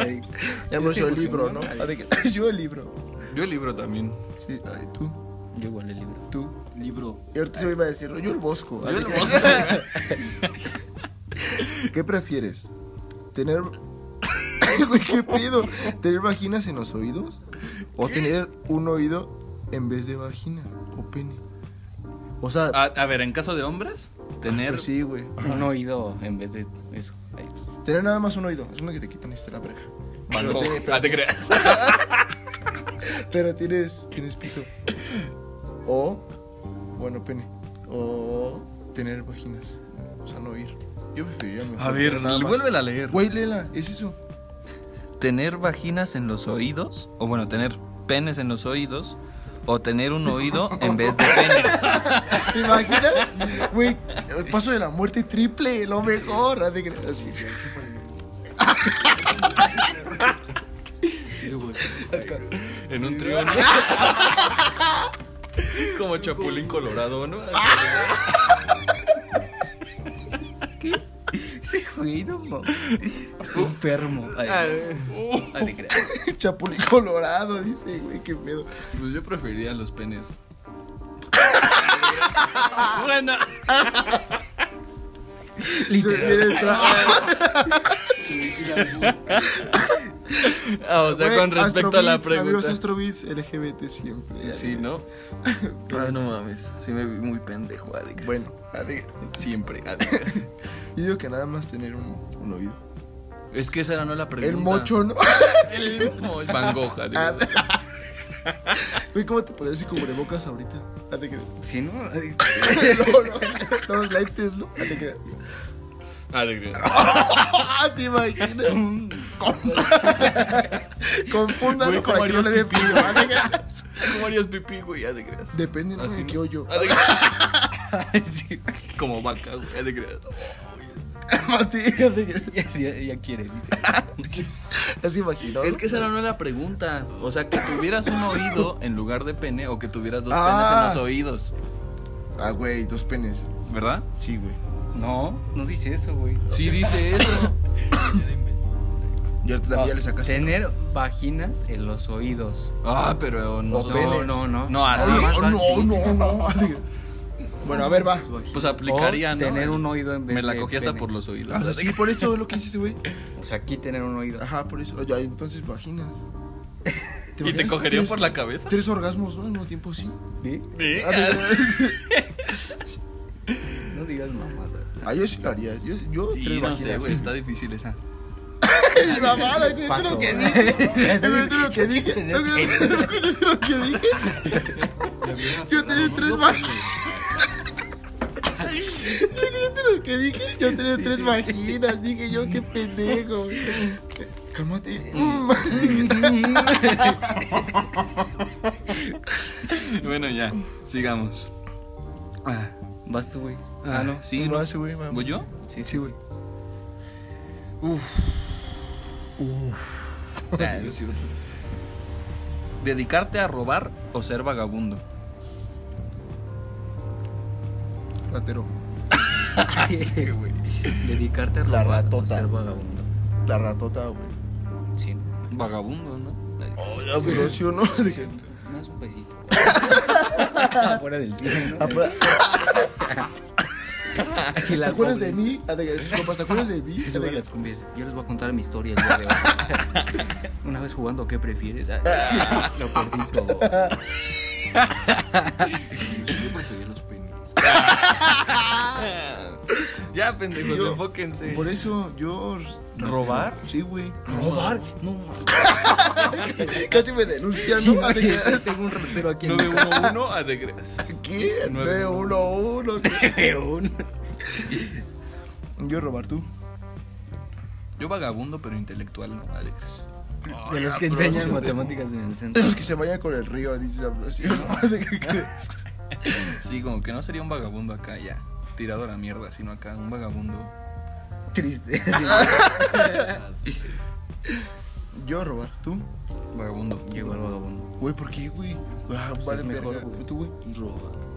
[SPEAKER 2] Ya me hizo el libro, ¿no? Ah, de que- (laughs) Yo el libro.
[SPEAKER 3] Yo el libro también.
[SPEAKER 2] Sí, ay, tú,
[SPEAKER 1] Yo igual el libro.
[SPEAKER 2] tú.
[SPEAKER 3] Libro.
[SPEAKER 2] Y ahorita se me iba a decirlo, yo el bosco. ¿ah?
[SPEAKER 3] Yo el
[SPEAKER 2] Ay,
[SPEAKER 3] bosco.
[SPEAKER 2] ¿Qué prefieres? ¿Tener. (laughs) Güey, ¿Qué pedo? ¿Tener vaginas en los oídos? ¿O tener un oído en vez de vagina o pene? O sea,
[SPEAKER 3] A, a ver, en caso de hombres, Ah, tener.
[SPEAKER 2] pues sí, güey. Ajá.
[SPEAKER 1] Un oído en vez de eso. Ay, pues.
[SPEAKER 2] Tener nada más un oído. Es una que te quitan y te la verga.
[SPEAKER 3] Van
[SPEAKER 2] Pero
[SPEAKER 3] Gogh.
[SPEAKER 2] tiene- pero
[SPEAKER 3] Ah, te creas.
[SPEAKER 2] Pero tienes, tienes pito. O, bueno, pene. O tener vaginas. O sea, no oír. Yo preferiría mejor.
[SPEAKER 3] A ver,
[SPEAKER 2] nada más.
[SPEAKER 3] vuélvela a leer.
[SPEAKER 2] Güey, Lela, es eso.
[SPEAKER 3] Tener vaginas en los oídos, o bueno, tener penes en los oídos, o tener un oído en vez de pene.
[SPEAKER 2] ¿Te imaginas? Güey, el paso de la muerte triple, lo mejor. Haz de que- Así,
[SPEAKER 3] (laughs)
[SPEAKER 2] (laughs)
[SPEAKER 3] En un trío, ¿no? (laughs) Como chapulín colorado, ¿no?
[SPEAKER 1] Ese güey, no mames. Ah. Es un permo. Ay, ay, te creas.
[SPEAKER 2] Chapulín colorado, dice, güey, qué pedo.
[SPEAKER 3] Pues yo preferiría los penes. bueno.
[SPEAKER 1] Literal.
[SPEAKER 2] Viene tra-
[SPEAKER 3] Ah, o sea,
[SPEAKER 2] Güey,
[SPEAKER 3] con respecto a la
[SPEAKER 2] Astrobits, Amigos
[SPEAKER 3] pregunta.
[SPEAKER 2] Astrobits, LGBT siempre.
[SPEAKER 3] Sí, ¿no?
[SPEAKER 2] (laughs)
[SPEAKER 3] Ah, no mames. Sí me vi muy pendejo, Alex.
[SPEAKER 2] Bueno, haz de-
[SPEAKER 3] Siempre, Alex.
[SPEAKER 2] yo digo que nada más tener un, un oído.
[SPEAKER 3] Es que esa era no la pregunta.
[SPEAKER 2] El mocho, ¿no?
[SPEAKER 3] El mocho. Van Gogh, Alex.
[SPEAKER 2] Ah. (laughs) Güey, ¿cómo te podrías ir cubrebocas ahorita? Ah, (laughs) te creas.
[SPEAKER 1] Sí, ¿no? Ay,
[SPEAKER 2] No, no, los lentes, ¿no? Ah, te creas.
[SPEAKER 3] Alex.
[SPEAKER 2] Ah, te imaginas. (laughs) Confundan
[SPEAKER 3] Mm. Güey,
[SPEAKER 2] para
[SPEAKER 3] como
[SPEAKER 2] que no le dé
[SPEAKER 3] Arias
[SPEAKER 2] frío. Ah, te creas.
[SPEAKER 3] ¿Cómo harías pipí, güey? Ya te creas.
[SPEAKER 2] Depende ¿no?
[SPEAKER 3] Así,
[SPEAKER 2] de
[SPEAKER 3] ¿no?
[SPEAKER 2] qué hoyo. (laughs)
[SPEAKER 3] Ah, te creas.
[SPEAKER 1] (laughs) sí.
[SPEAKER 3] Como vaca, güey. Ya te creas.
[SPEAKER 2] Mati, ah, te creas.
[SPEAKER 1] Ya, ya- ya quiere, dice.
[SPEAKER 2] Así imagino.
[SPEAKER 3] Es que esa era no la pregunta. O sea, que tuvieras un oído en lugar de pene o que tuvieras dos penes en
[SPEAKER 2] Ah.
[SPEAKER 3] los oídos.
[SPEAKER 2] Ah, güey, dos penes.
[SPEAKER 3] ¿Verdad?
[SPEAKER 2] Sí, güey.
[SPEAKER 1] No, no dice eso, güey.
[SPEAKER 3] Sí dice eso.
[SPEAKER 2] Yo ahorita también ya le sacaste.
[SPEAKER 1] Tener vaginas en los oídos.
[SPEAKER 3] Ah, pero no.
[SPEAKER 2] O penes.
[SPEAKER 1] No, no, no.
[SPEAKER 3] No,
[SPEAKER 2] Ah,
[SPEAKER 3] así.
[SPEAKER 1] Nada más
[SPEAKER 2] no,
[SPEAKER 1] así.
[SPEAKER 2] no, no, no. Ah, te creas. Bueno, a ver, va.
[SPEAKER 3] Pues aplicaría,
[SPEAKER 1] O
[SPEAKER 3] ¿no?
[SPEAKER 1] tener un oído en vez
[SPEAKER 3] Me la
[SPEAKER 1] de
[SPEAKER 3] cogí hasta
[SPEAKER 1] pene.
[SPEAKER 3] por los oídos.
[SPEAKER 2] Ah, sí, por eso es lo que dice ese güey.
[SPEAKER 1] O sea, aquí tener un oído.
[SPEAKER 2] Ajá, por eso. Ya, entonces vagina.
[SPEAKER 3] ¿Y te cogerían por la cabeza?
[SPEAKER 2] Tres orgasmos, ¿no? Al mismo tiempo, sí.
[SPEAKER 1] ¿Sí?
[SPEAKER 3] Sí. (laughs)
[SPEAKER 1] No digas mamadas.
[SPEAKER 2] Ah, yo sí lo haría. Yo, yo
[SPEAKER 3] Y
[SPEAKER 2] tres
[SPEAKER 3] no sé,
[SPEAKER 2] vaginas.
[SPEAKER 3] güey, está difícil esa.
[SPEAKER 2] Mi mamada, güey, ¿viste
[SPEAKER 1] Paso. (laughs)
[SPEAKER 2] lo que (laughs) dije? ¿Viste lo que dije? ¿No escuchaste lo que dije? Yo tenía tres vaginas. ¿Viste lo que dije? Yo tenía tres vaginas. Dije yo, qué pendejo. güey. Cálmate.
[SPEAKER 3] Bueno, ya, sigamos. Ah,
[SPEAKER 1] Vas tú, güey. Ah, no.
[SPEAKER 3] sí,
[SPEAKER 2] No
[SPEAKER 3] no.
[SPEAKER 2] hace, güey, vamos.
[SPEAKER 3] ¿Voy yo?
[SPEAKER 1] Sí,
[SPEAKER 2] Sí, güey.
[SPEAKER 3] Uf.
[SPEAKER 2] (laughs)
[SPEAKER 3] Ah, es cierto. ¿Dedicarte a robar o ser vagabundo?
[SPEAKER 2] Ratero. (laughs)
[SPEAKER 1] sí, güey. Dedicarte a
[SPEAKER 2] La
[SPEAKER 1] robar o
[SPEAKER 2] ratota.
[SPEAKER 1] ser vagabundo.
[SPEAKER 2] La ratota, güey.
[SPEAKER 1] Sí.
[SPEAKER 3] Vagabundo, ¿no? Ay,
[SPEAKER 2] Oh, ya, pero sí o no.
[SPEAKER 1] No es un (laughs) pesito. Afuera del cine, ¿no?
[SPEAKER 2] Afuera-
[SPEAKER 1] Aquí
[SPEAKER 2] Ah, ¿Te
[SPEAKER 1] la
[SPEAKER 2] acuerdas
[SPEAKER 1] pobre.
[SPEAKER 2] de mí? Ah, de- sus compas, ¿Te acuerdas de mí?
[SPEAKER 1] Sí,
[SPEAKER 2] Ah,
[SPEAKER 1] sube
[SPEAKER 2] de-
[SPEAKER 1] las cumbias. Yo les voy a contar mi historia. el día de
[SPEAKER 2] (laughs)
[SPEAKER 1] hoy. Una vez jugando, ¿qué prefieres? Ah, Lo perdí todo.
[SPEAKER 4] Yo prefería los penes.
[SPEAKER 3] Ya, pendejos,
[SPEAKER 2] Yo-
[SPEAKER 3] enfóquense.
[SPEAKER 2] Por eso yo.
[SPEAKER 3] ¿Robar?
[SPEAKER 2] Sí, güey.
[SPEAKER 1] ¿Robar? No, mames.
[SPEAKER 2] Casi me denuncian,
[SPEAKER 1] Sí,
[SPEAKER 2] ¿no? Ah,
[SPEAKER 1] güey,
[SPEAKER 2] de-
[SPEAKER 1] (laughs) Tengo un ratero aquí. en mi
[SPEAKER 3] 911 a de creas.
[SPEAKER 2] ¿Qué?
[SPEAKER 3] Nueve,
[SPEAKER 2] 9-1-1.
[SPEAKER 1] peón.
[SPEAKER 2] Yo robar tú.
[SPEAKER 3] Yo vagabundo, pero intelectual, ¿no? A de creas.
[SPEAKER 1] De los que enseñan matemáticas en el
[SPEAKER 2] (laughs)
[SPEAKER 1] centro.
[SPEAKER 2] Esos que se vayan con el río, dice la población. (laughs) ¿De qué crees?
[SPEAKER 3] Sí, como que no sería un vagabundo acá ya, tirado a la mierda, sino acá, un vagabundo.
[SPEAKER 1] Triste.
[SPEAKER 2] Yo robar tú.
[SPEAKER 3] Vagabundo.
[SPEAKER 1] Llegó el vagabundo.
[SPEAKER 2] Güey, ¿por qué, güey? Ah,
[SPEAKER 1] Pues
[SPEAKER 2] vale,
[SPEAKER 1] es mejor,
[SPEAKER 2] verga.
[SPEAKER 1] güey.
[SPEAKER 2] Tú, güey.
[SPEAKER 4] Roba.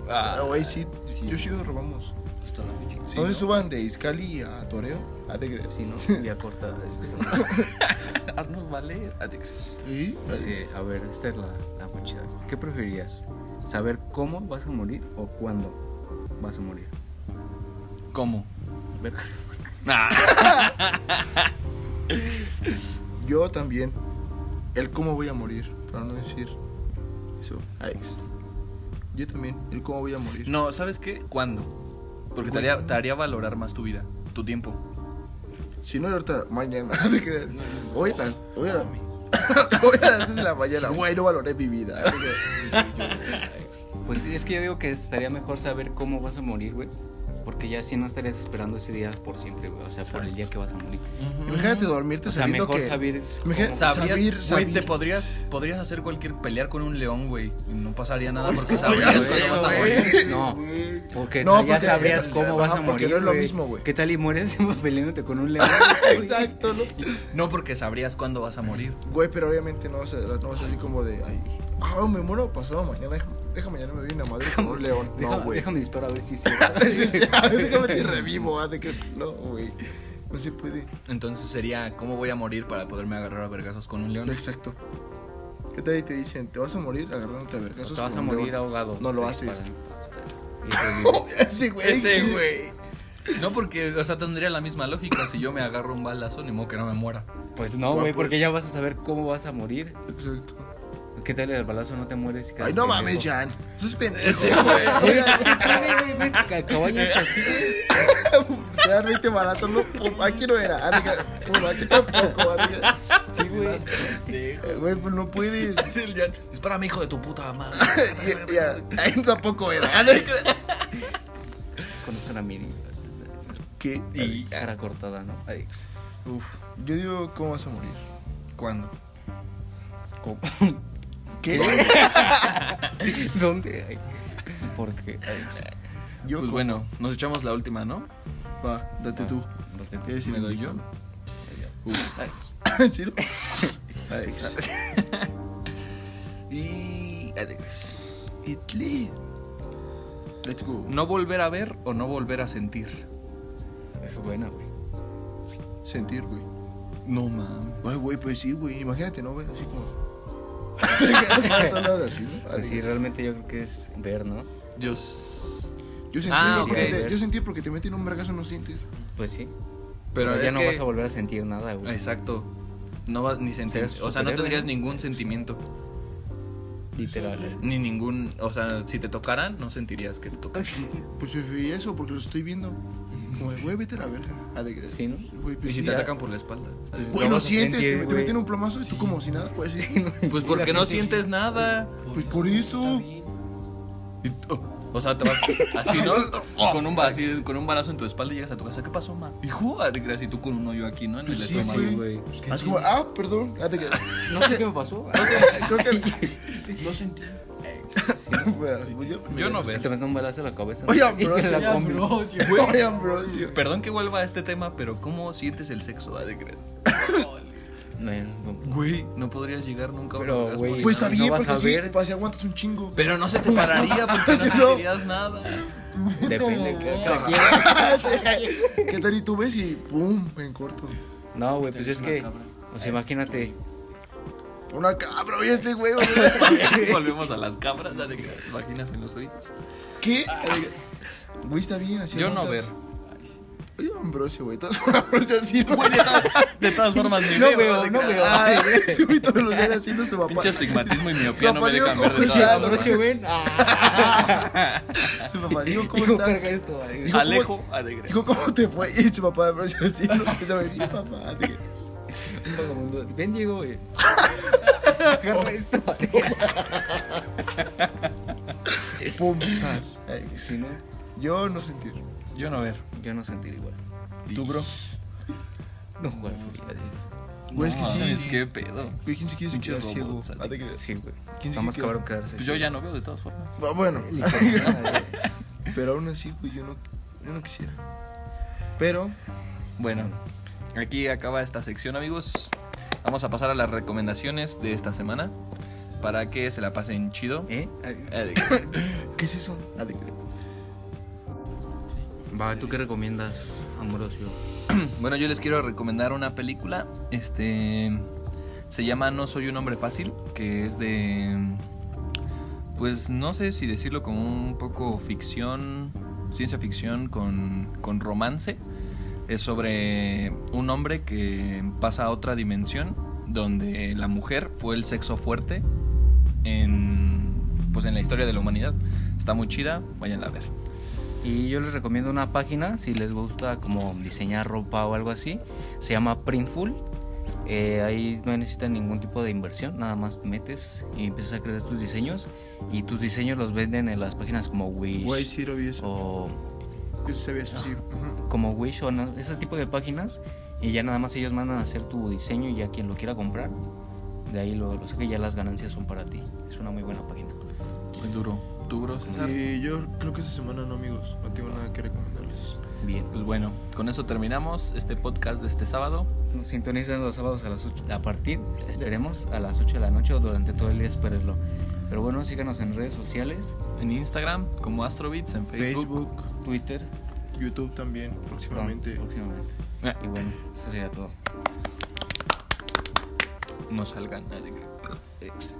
[SPEAKER 2] Ah,
[SPEAKER 3] Ah,
[SPEAKER 2] güey, sí. Yo sí robamos.
[SPEAKER 4] Hasta la fecha.
[SPEAKER 3] sí,
[SPEAKER 2] no,
[SPEAKER 3] ¿no?
[SPEAKER 2] se (laughs) suban de Iscali a Toreo. Ah, de crees.
[SPEAKER 1] este,
[SPEAKER 2] (laughs)
[SPEAKER 1] Si no, voy a cortar.
[SPEAKER 3] Haznos Ah, vale. ¿A ti crees?
[SPEAKER 2] ¿Y?
[SPEAKER 1] Sí, a ver, esta es la, la más chida. ¿Qué preferirías? ¿Saber cómo vas a morir o cuándo vas a morir?
[SPEAKER 3] ¿Cómo?
[SPEAKER 1] Verga.
[SPEAKER 3] Ah,
[SPEAKER 2] Yo también. El cómo voy a morir, para no decir eso. Alex. Yo también. El cómo voy a morir.
[SPEAKER 3] no, ¿sabes qué? ¿Cuándo? Porque te haría, te haría valorar más tu vida, tu tiempo.
[SPEAKER 2] Si no, ahorita, mañana. (laughs) No te creas. Hoy a las. Hoy a las. (laughs) Hoy a las 10 de la mañana. Güey, no valoré mi vida. ¿eh?
[SPEAKER 1] Pues sí, es que yo digo que estaría mejor saber cómo vas a morir, güey. Porque ya si no estarías esperando ese día por siempre, güey. O sea, por el día que vas a morir.
[SPEAKER 2] Imagínate dormirte
[SPEAKER 1] O sea,
[SPEAKER 2] sabiendo
[SPEAKER 1] mejor
[SPEAKER 2] que.
[SPEAKER 1] saber es
[SPEAKER 2] Imagina-
[SPEAKER 1] cómo-
[SPEAKER 3] Sabrías,
[SPEAKER 2] Sabir,
[SPEAKER 3] güey,
[SPEAKER 2] sabir.
[SPEAKER 3] te podrías, podrías hacer cualquier pelear con un león, güey, y no pasaría nada porque
[SPEAKER 2] oye,
[SPEAKER 3] sabrías
[SPEAKER 2] sí,
[SPEAKER 3] cuándo vas a
[SPEAKER 2] güey.
[SPEAKER 3] morir.
[SPEAKER 1] No, porque
[SPEAKER 2] No,
[SPEAKER 1] ya
[SPEAKER 2] porque- (laughs)
[SPEAKER 1] sabrías cómo
[SPEAKER 2] ajá,
[SPEAKER 1] vas a
[SPEAKER 2] porque
[SPEAKER 1] morir.
[SPEAKER 2] no es lo
[SPEAKER 1] güey.
[SPEAKER 2] mismo, güey.
[SPEAKER 1] ¿Qué tal y mueres (laughs) peleándote con un león?
[SPEAKER 2] (laughs) Exacto, ¿no?
[SPEAKER 3] No porque sabrías cuándo vas a morir.
[SPEAKER 2] Güey, pero obviamente no vas a, no vas a salir como de. Ay, ah, me muero pasado mañana. Déjame, déjame mañana me doy una madre con un león. No,
[SPEAKER 1] Deja-
[SPEAKER 2] güey.
[SPEAKER 1] Déjame disparar a ver
[SPEAKER 2] (laughs)
[SPEAKER 1] si es (laughs)
[SPEAKER 2] Sí,
[SPEAKER 1] cierto.
[SPEAKER 2] ya, Déjame te revivo. ah, de que- No, güey. No se puede.
[SPEAKER 3] Entonces sería, ¿cómo voy a morir para poderme agarrar a vergazos con un león?
[SPEAKER 2] Exacto. ¿Qué tal y te dicen? ¿Te vas a morir agarrándote a vergazos
[SPEAKER 1] Te vas
[SPEAKER 2] con
[SPEAKER 1] a
[SPEAKER 2] un
[SPEAKER 1] morir
[SPEAKER 2] león?
[SPEAKER 1] ahogado.
[SPEAKER 2] No lo
[SPEAKER 1] Te
[SPEAKER 2] haces. (laughs) Oh,
[SPEAKER 1] disparan. Y te vives.
[SPEAKER 2] Ese güey.
[SPEAKER 3] güey. No porque, o sea, tendría la misma lógica si yo me agarro un balazo, ni modo que no me muera.
[SPEAKER 1] Pues no,
[SPEAKER 2] Guapo.
[SPEAKER 1] güey, porque ya vas a saber cómo vas a morir.
[SPEAKER 2] Exacto.
[SPEAKER 1] ¿Qué tal el balazo no te mueres? y quedas
[SPEAKER 2] Ay, no mames,
[SPEAKER 1] pendejo?
[SPEAKER 2] Jan. Eso es pendejo.
[SPEAKER 1] Güey, (laughs) sí puede, güey, güey, ca- cabañas así.
[SPEAKER 2] (laughs) Te dan 20 baratos, no, pum, aquí no era. Ah, diga, bueno, aquí tampoco. ah, diga.
[SPEAKER 1] Sí, güey.
[SPEAKER 2] Eh, Güey, pues no puedes.
[SPEAKER 3] (laughs)
[SPEAKER 2] (laughs)
[SPEAKER 3] Sí, el Jan, Espérame, hijo de tu puta madre.
[SPEAKER 2] Ya,
[SPEAKER 3] (laughs)
[SPEAKER 2] ya, ahí tampoco era. Ah, diga.
[SPEAKER 1] Conozcan a Miri.
[SPEAKER 2] ¿Qué?
[SPEAKER 1] Y cara cortada, ¿no? (laughs) Ay, pues,
[SPEAKER 2] Uf, yo digo, ¿cómo vas a morir?
[SPEAKER 3] ¿Cuándo?
[SPEAKER 1] ¿cómo? (laughs)
[SPEAKER 2] ¿Qué?
[SPEAKER 1] ¿Dónde? Ay, ¿Por qué? Ay, pues,
[SPEAKER 2] Yo
[SPEAKER 3] Pues
[SPEAKER 2] co-
[SPEAKER 3] bueno, nos echamos la última, ¿no?
[SPEAKER 2] Va, date tú.
[SPEAKER 1] no te entiendo.
[SPEAKER 2] Eres el
[SPEAKER 3] ¿Me doy yo?
[SPEAKER 2] (laughs) indicado.
[SPEAKER 1] Ay,
[SPEAKER 2] ¿En serio? Ay,
[SPEAKER 3] Y... Alex.
[SPEAKER 2] Hitler. Let's go.
[SPEAKER 3] ¿No volver a ver o no volver a sentir?
[SPEAKER 1] Es buena, güey.
[SPEAKER 2] Sentir, güey.
[SPEAKER 3] No, mames.
[SPEAKER 2] Ay, güey, pues sí, güey. Imagínate, ¿no? Ver así como. (laughs) Todo lado así, ¿no?
[SPEAKER 1] Pues sí, realmente yo creo que es ver, ¿no?
[SPEAKER 3] Yo... s-
[SPEAKER 2] Yo sentí,
[SPEAKER 3] Ah,
[SPEAKER 2] güey, porque
[SPEAKER 1] ok.
[SPEAKER 2] te- yo sentí porque te meten un vergazo en los dientes.
[SPEAKER 1] Pues sí.
[SPEAKER 3] Pero,
[SPEAKER 1] ya
[SPEAKER 3] es
[SPEAKER 1] no
[SPEAKER 3] que-
[SPEAKER 1] vas a volver a sentir nada, güey.
[SPEAKER 3] Exacto. No va- ni sentir,
[SPEAKER 1] eres
[SPEAKER 3] o sea, no
[SPEAKER 1] superhéroe,
[SPEAKER 3] tendrías
[SPEAKER 1] ¿no?
[SPEAKER 3] ningún sentimiento,
[SPEAKER 1] Literal.
[SPEAKER 3] ni ningún, o sea, si te tocaran, no sentirías que te tocan.
[SPEAKER 2] Pues preferiría eso porque lo estoy viendo. Como, de, güey, vete a la verga. Ah, de gracia.
[SPEAKER 1] Sí, ¿no?
[SPEAKER 2] Güey,
[SPEAKER 3] Y
[SPEAKER 2] pues
[SPEAKER 3] si
[SPEAKER 2] sí.
[SPEAKER 3] te
[SPEAKER 1] ya.
[SPEAKER 3] atacan pues, por la espalda.
[SPEAKER 2] Güey,
[SPEAKER 1] No
[SPEAKER 2] no
[SPEAKER 1] vas a
[SPEAKER 2] sientes,
[SPEAKER 1] sentir,
[SPEAKER 2] te, te
[SPEAKER 1] güey.
[SPEAKER 2] meten un plomazo y tú como si nada, pues sí. (laughs)
[SPEAKER 3] Pues porque no sientes nada.
[SPEAKER 2] Pues por eso.
[SPEAKER 3] Y tú- O sea, te vas así, (laughs) ¿no? Con un, ba- así, con un balazo en tu espalda y llegas a tu casa. ¿Qué pasó, ma? Hijo, ah, de gracia, y tú con un hoyo aquí, ¿no? En el
[SPEAKER 2] Pues sí,
[SPEAKER 3] estómago.
[SPEAKER 2] güey. Así como, ah, perdón. Ah, de gracia.
[SPEAKER 1] No sé qué me pasó.
[SPEAKER 2] Creo que.
[SPEAKER 3] Lo sentí.
[SPEAKER 2] Pues, yo,
[SPEAKER 3] Yo no veo.
[SPEAKER 1] Te meto un balazo en la cabeza.
[SPEAKER 2] Oye,
[SPEAKER 1] (laughs) Y
[SPEAKER 2] bro,
[SPEAKER 1] te la
[SPEAKER 2] oye,
[SPEAKER 1] combi.
[SPEAKER 2] Güey, Ambrosio.
[SPEAKER 3] Perdón que vuelva a este tema, pero ¿cómo sientes el sexo, ah, de gracia?
[SPEAKER 1] Man, no.
[SPEAKER 3] Güey, no podrías llegar nunca a un
[SPEAKER 1] Pero,
[SPEAKER 3] orgasmo
[SPEAKER 1] güey,
[SPEAKER 3] ni
[SPEAKER 2] Pues
[SPEAKER 3] nada.
[SPEAKER 2] está
[SPEAKER 1] no
[SPEAKER 2] bien,
[SPEAKER 1] vas
[SPEAKER 2] porque
[SPEAKER 1] a
[SPEAKER 2] así,
[SPEAKER 1] ver.
[SPEAKER 2] así aguantas un chingo. (laughs)
[SPEAKER 3] Pero no se te pararía porque no
[SPEAKER 2] No.
[SPEAKER 3] sentirías nada. (laughs)
[SPEAKER 1] Depende. que- que-
[SPEAKER 2] (laughs) ¿Qué tal? Y tú ves y pum, en corto.
[SPEAKER 1] No, güey, pues es que. Pues imagínate.
[SPEAKER 2] Una cabra, oye ese güey. güey.
[SPEAKER 3] Volvemos a las cabras, dale gracias. Vaginas en los oídos.
[SPEAKER 2] ¿Qué? Güey, está bien, así
[SPEAKER 3] Yo no ver.
[SPEAKER 2] aguantas. Oye, Ambrosio, güey. Estás (laughs) con Ambrosio así, ¿no?
[SPEAKER 3] Güey, de, todas- de todas formas, ni
[SPEAKER 1] No
[SPEAKER 3] veo,
[SPEAKER 1] veo,
[SPEAKER 3] ah, de
[SPEAKER 1] no
[SPEAKER 3] gracia.
[SPEAKER 1] veo.
[SPEAKER 2] Ay, sí, güey, (laughs) todos los días haciendo su papá.
[SPEAKER 3] Pinche estigmatismo y miopía no me
[SPEAKER 2] Su
[SPEAKER 3] dejan
[SPEAKER 2] papá
[SPEAKER 3] ver de
[SPEAKER 1] Pues
[SPEAKER 2] dijo, "Cuidado,
[SPEAKER 3] todas formas.
[SPEAKER 1] Ambrosio, ven. (laughs) Ah,
[SPEAKER 2] Su papá, digo, ¿cómo
[SPEAKER 1] digo,
[SPEAKER 2] estás?
[SPEAKER 1] carga esto, güey.
[SPEAKER 2] Dijo,
[SPEAKER 3] Alejo, alegre.
[SPEAKER 2] Dijo, ¿cómo te fue? Y su papá, Ambrosio, así, ¿no? Esa güey, mi papá. tío.
[SPEAKER 1] Todo mundo, Ven, Diego, güey. Oh. Agarra (laughs) esto, güey.
[SPEAKER 2] Pum, sas. Ay,
[SPEAKER 1] Si no,
[SPEAKER 2] Yo no sentir.
[SPEAKER 3] Yo no ver.
[SPEAKER 1] yo no sentiré igual.
[SPEAKER 2] ¿Tú, bro?
[SPEAKER 1] No jugar fútbol.
[SPEAKER 2] Güey, es que sí.
[SPEAKER 3] ¿sabes qué pedo?
[SPEAKER 2] Güey, ¿quién se quiere
[SPEAKER 3] Pinche
[SPEAKER 2] quedar
[SPEAKER 3] robots,
[SPEAKER 2] ciego?
[SPEAKER 3] Alex.
[SPEAKER 2] Ah, de que-
[SPEAKER 1] Sí, güey.
[SPEAKER 2] ¿Quién
[SPEAKER 1] Está
[SPEAKER 2] dijo
[SPEAKER 1] más
[SPEAKER 2] que-
[SPEAKER 1] cabrón quedarse
[SPEAKER 3] Pues yo
[SPEAKER 1] así.
[SPEAKER 3] ya no veo de todas formas.
[SPEAKER 2] Ah, Bueno,
[SPEAKER 1] Madre.
[SPEAKER 2] (laughs) pero aún así, güey, yo no, yo no quisiera. Pero,
[SPEAKER 3] Bueno, aquí acaba esta sección, amigos. Vamos a pasar a las recomendaciones de esta semana para que se la pasen chido.
[SPEAKER 1] (laughs) ¿Eh?
[SPEAKER 3] Alegre.
[SPEAKER 2] ¿qué es eso? Ah, de que-
[SPEAKER 1] Va, ¿tú qué recomiendas, Ambrosio?
[SPEAKER 3] Bueno, yo les quiero recomendar una película. Este. Se llama No soy un hombre fácil, que es de... Pues no sé si decirlo como un poco ficción, ciencia ficción con, con romance. Es sobre un hombre que pasa a otra dimensión donde la mujer fue el sexo fuerte en, pues en la historia de la humanidad. Está muy chida, váyanla a ver.
[SPEAKER 1] Y yo les recomiendo una página, si les gusta como diseñar ropa o algo así, se llama Printful. Eh, ahí no necesitan ningún tipo de inversión, nada más te metes y empiezas a crear tus diseños y tus diseños los venden en las páginas como Wish
[SPEAKER 2] Güey, sí lo vi eso.
[SPEAKER 1] o
[SPEAKER 2] Yo sí sabía eso, sí. Ujú.
[SPEAKER 1] como Wish o no- ese tipo de páginas y ya nada más ellos mandan a hacer tu diseño y ya quien lo quiera comprar, de ahí lo, lo saca y ya las ganancias son para ti. Es una muy buena página.
[SPEAKER 3] Muy duro. Duro, César.
[SPEAKER 2] Y yo creo que esta semana no, amigos. No tengo nada que recomendarles.
[SPEAKER 1] Bien.
[SPEAKER 3] Pues bueno, con eso terminamos este podcast de este sábado.
[SPEAKER 1] Nos sintonizan los sábados a las ocho- a partir, esperemos, a las 8 de la noche o durante todo el día, espérenlo. Pero bueno, síganos en redes sociales,
[SPEAKER 3] En Instagram, como Astrobits, en Facebook.
[SPEAKER 2] Facebook, Ah,
[SPEAKER 1] Twitter,
[SPEAKER 2] YouTube también, próximamente.
[SPEAKER 1] perdón, próximamente.
[SPEAKER 3] Eh,
[SPEAKER 1] Y bueno, eso sería todo.
[SPEAKER 3] No salgan nadie.
[SPEAKER 1] Adiós.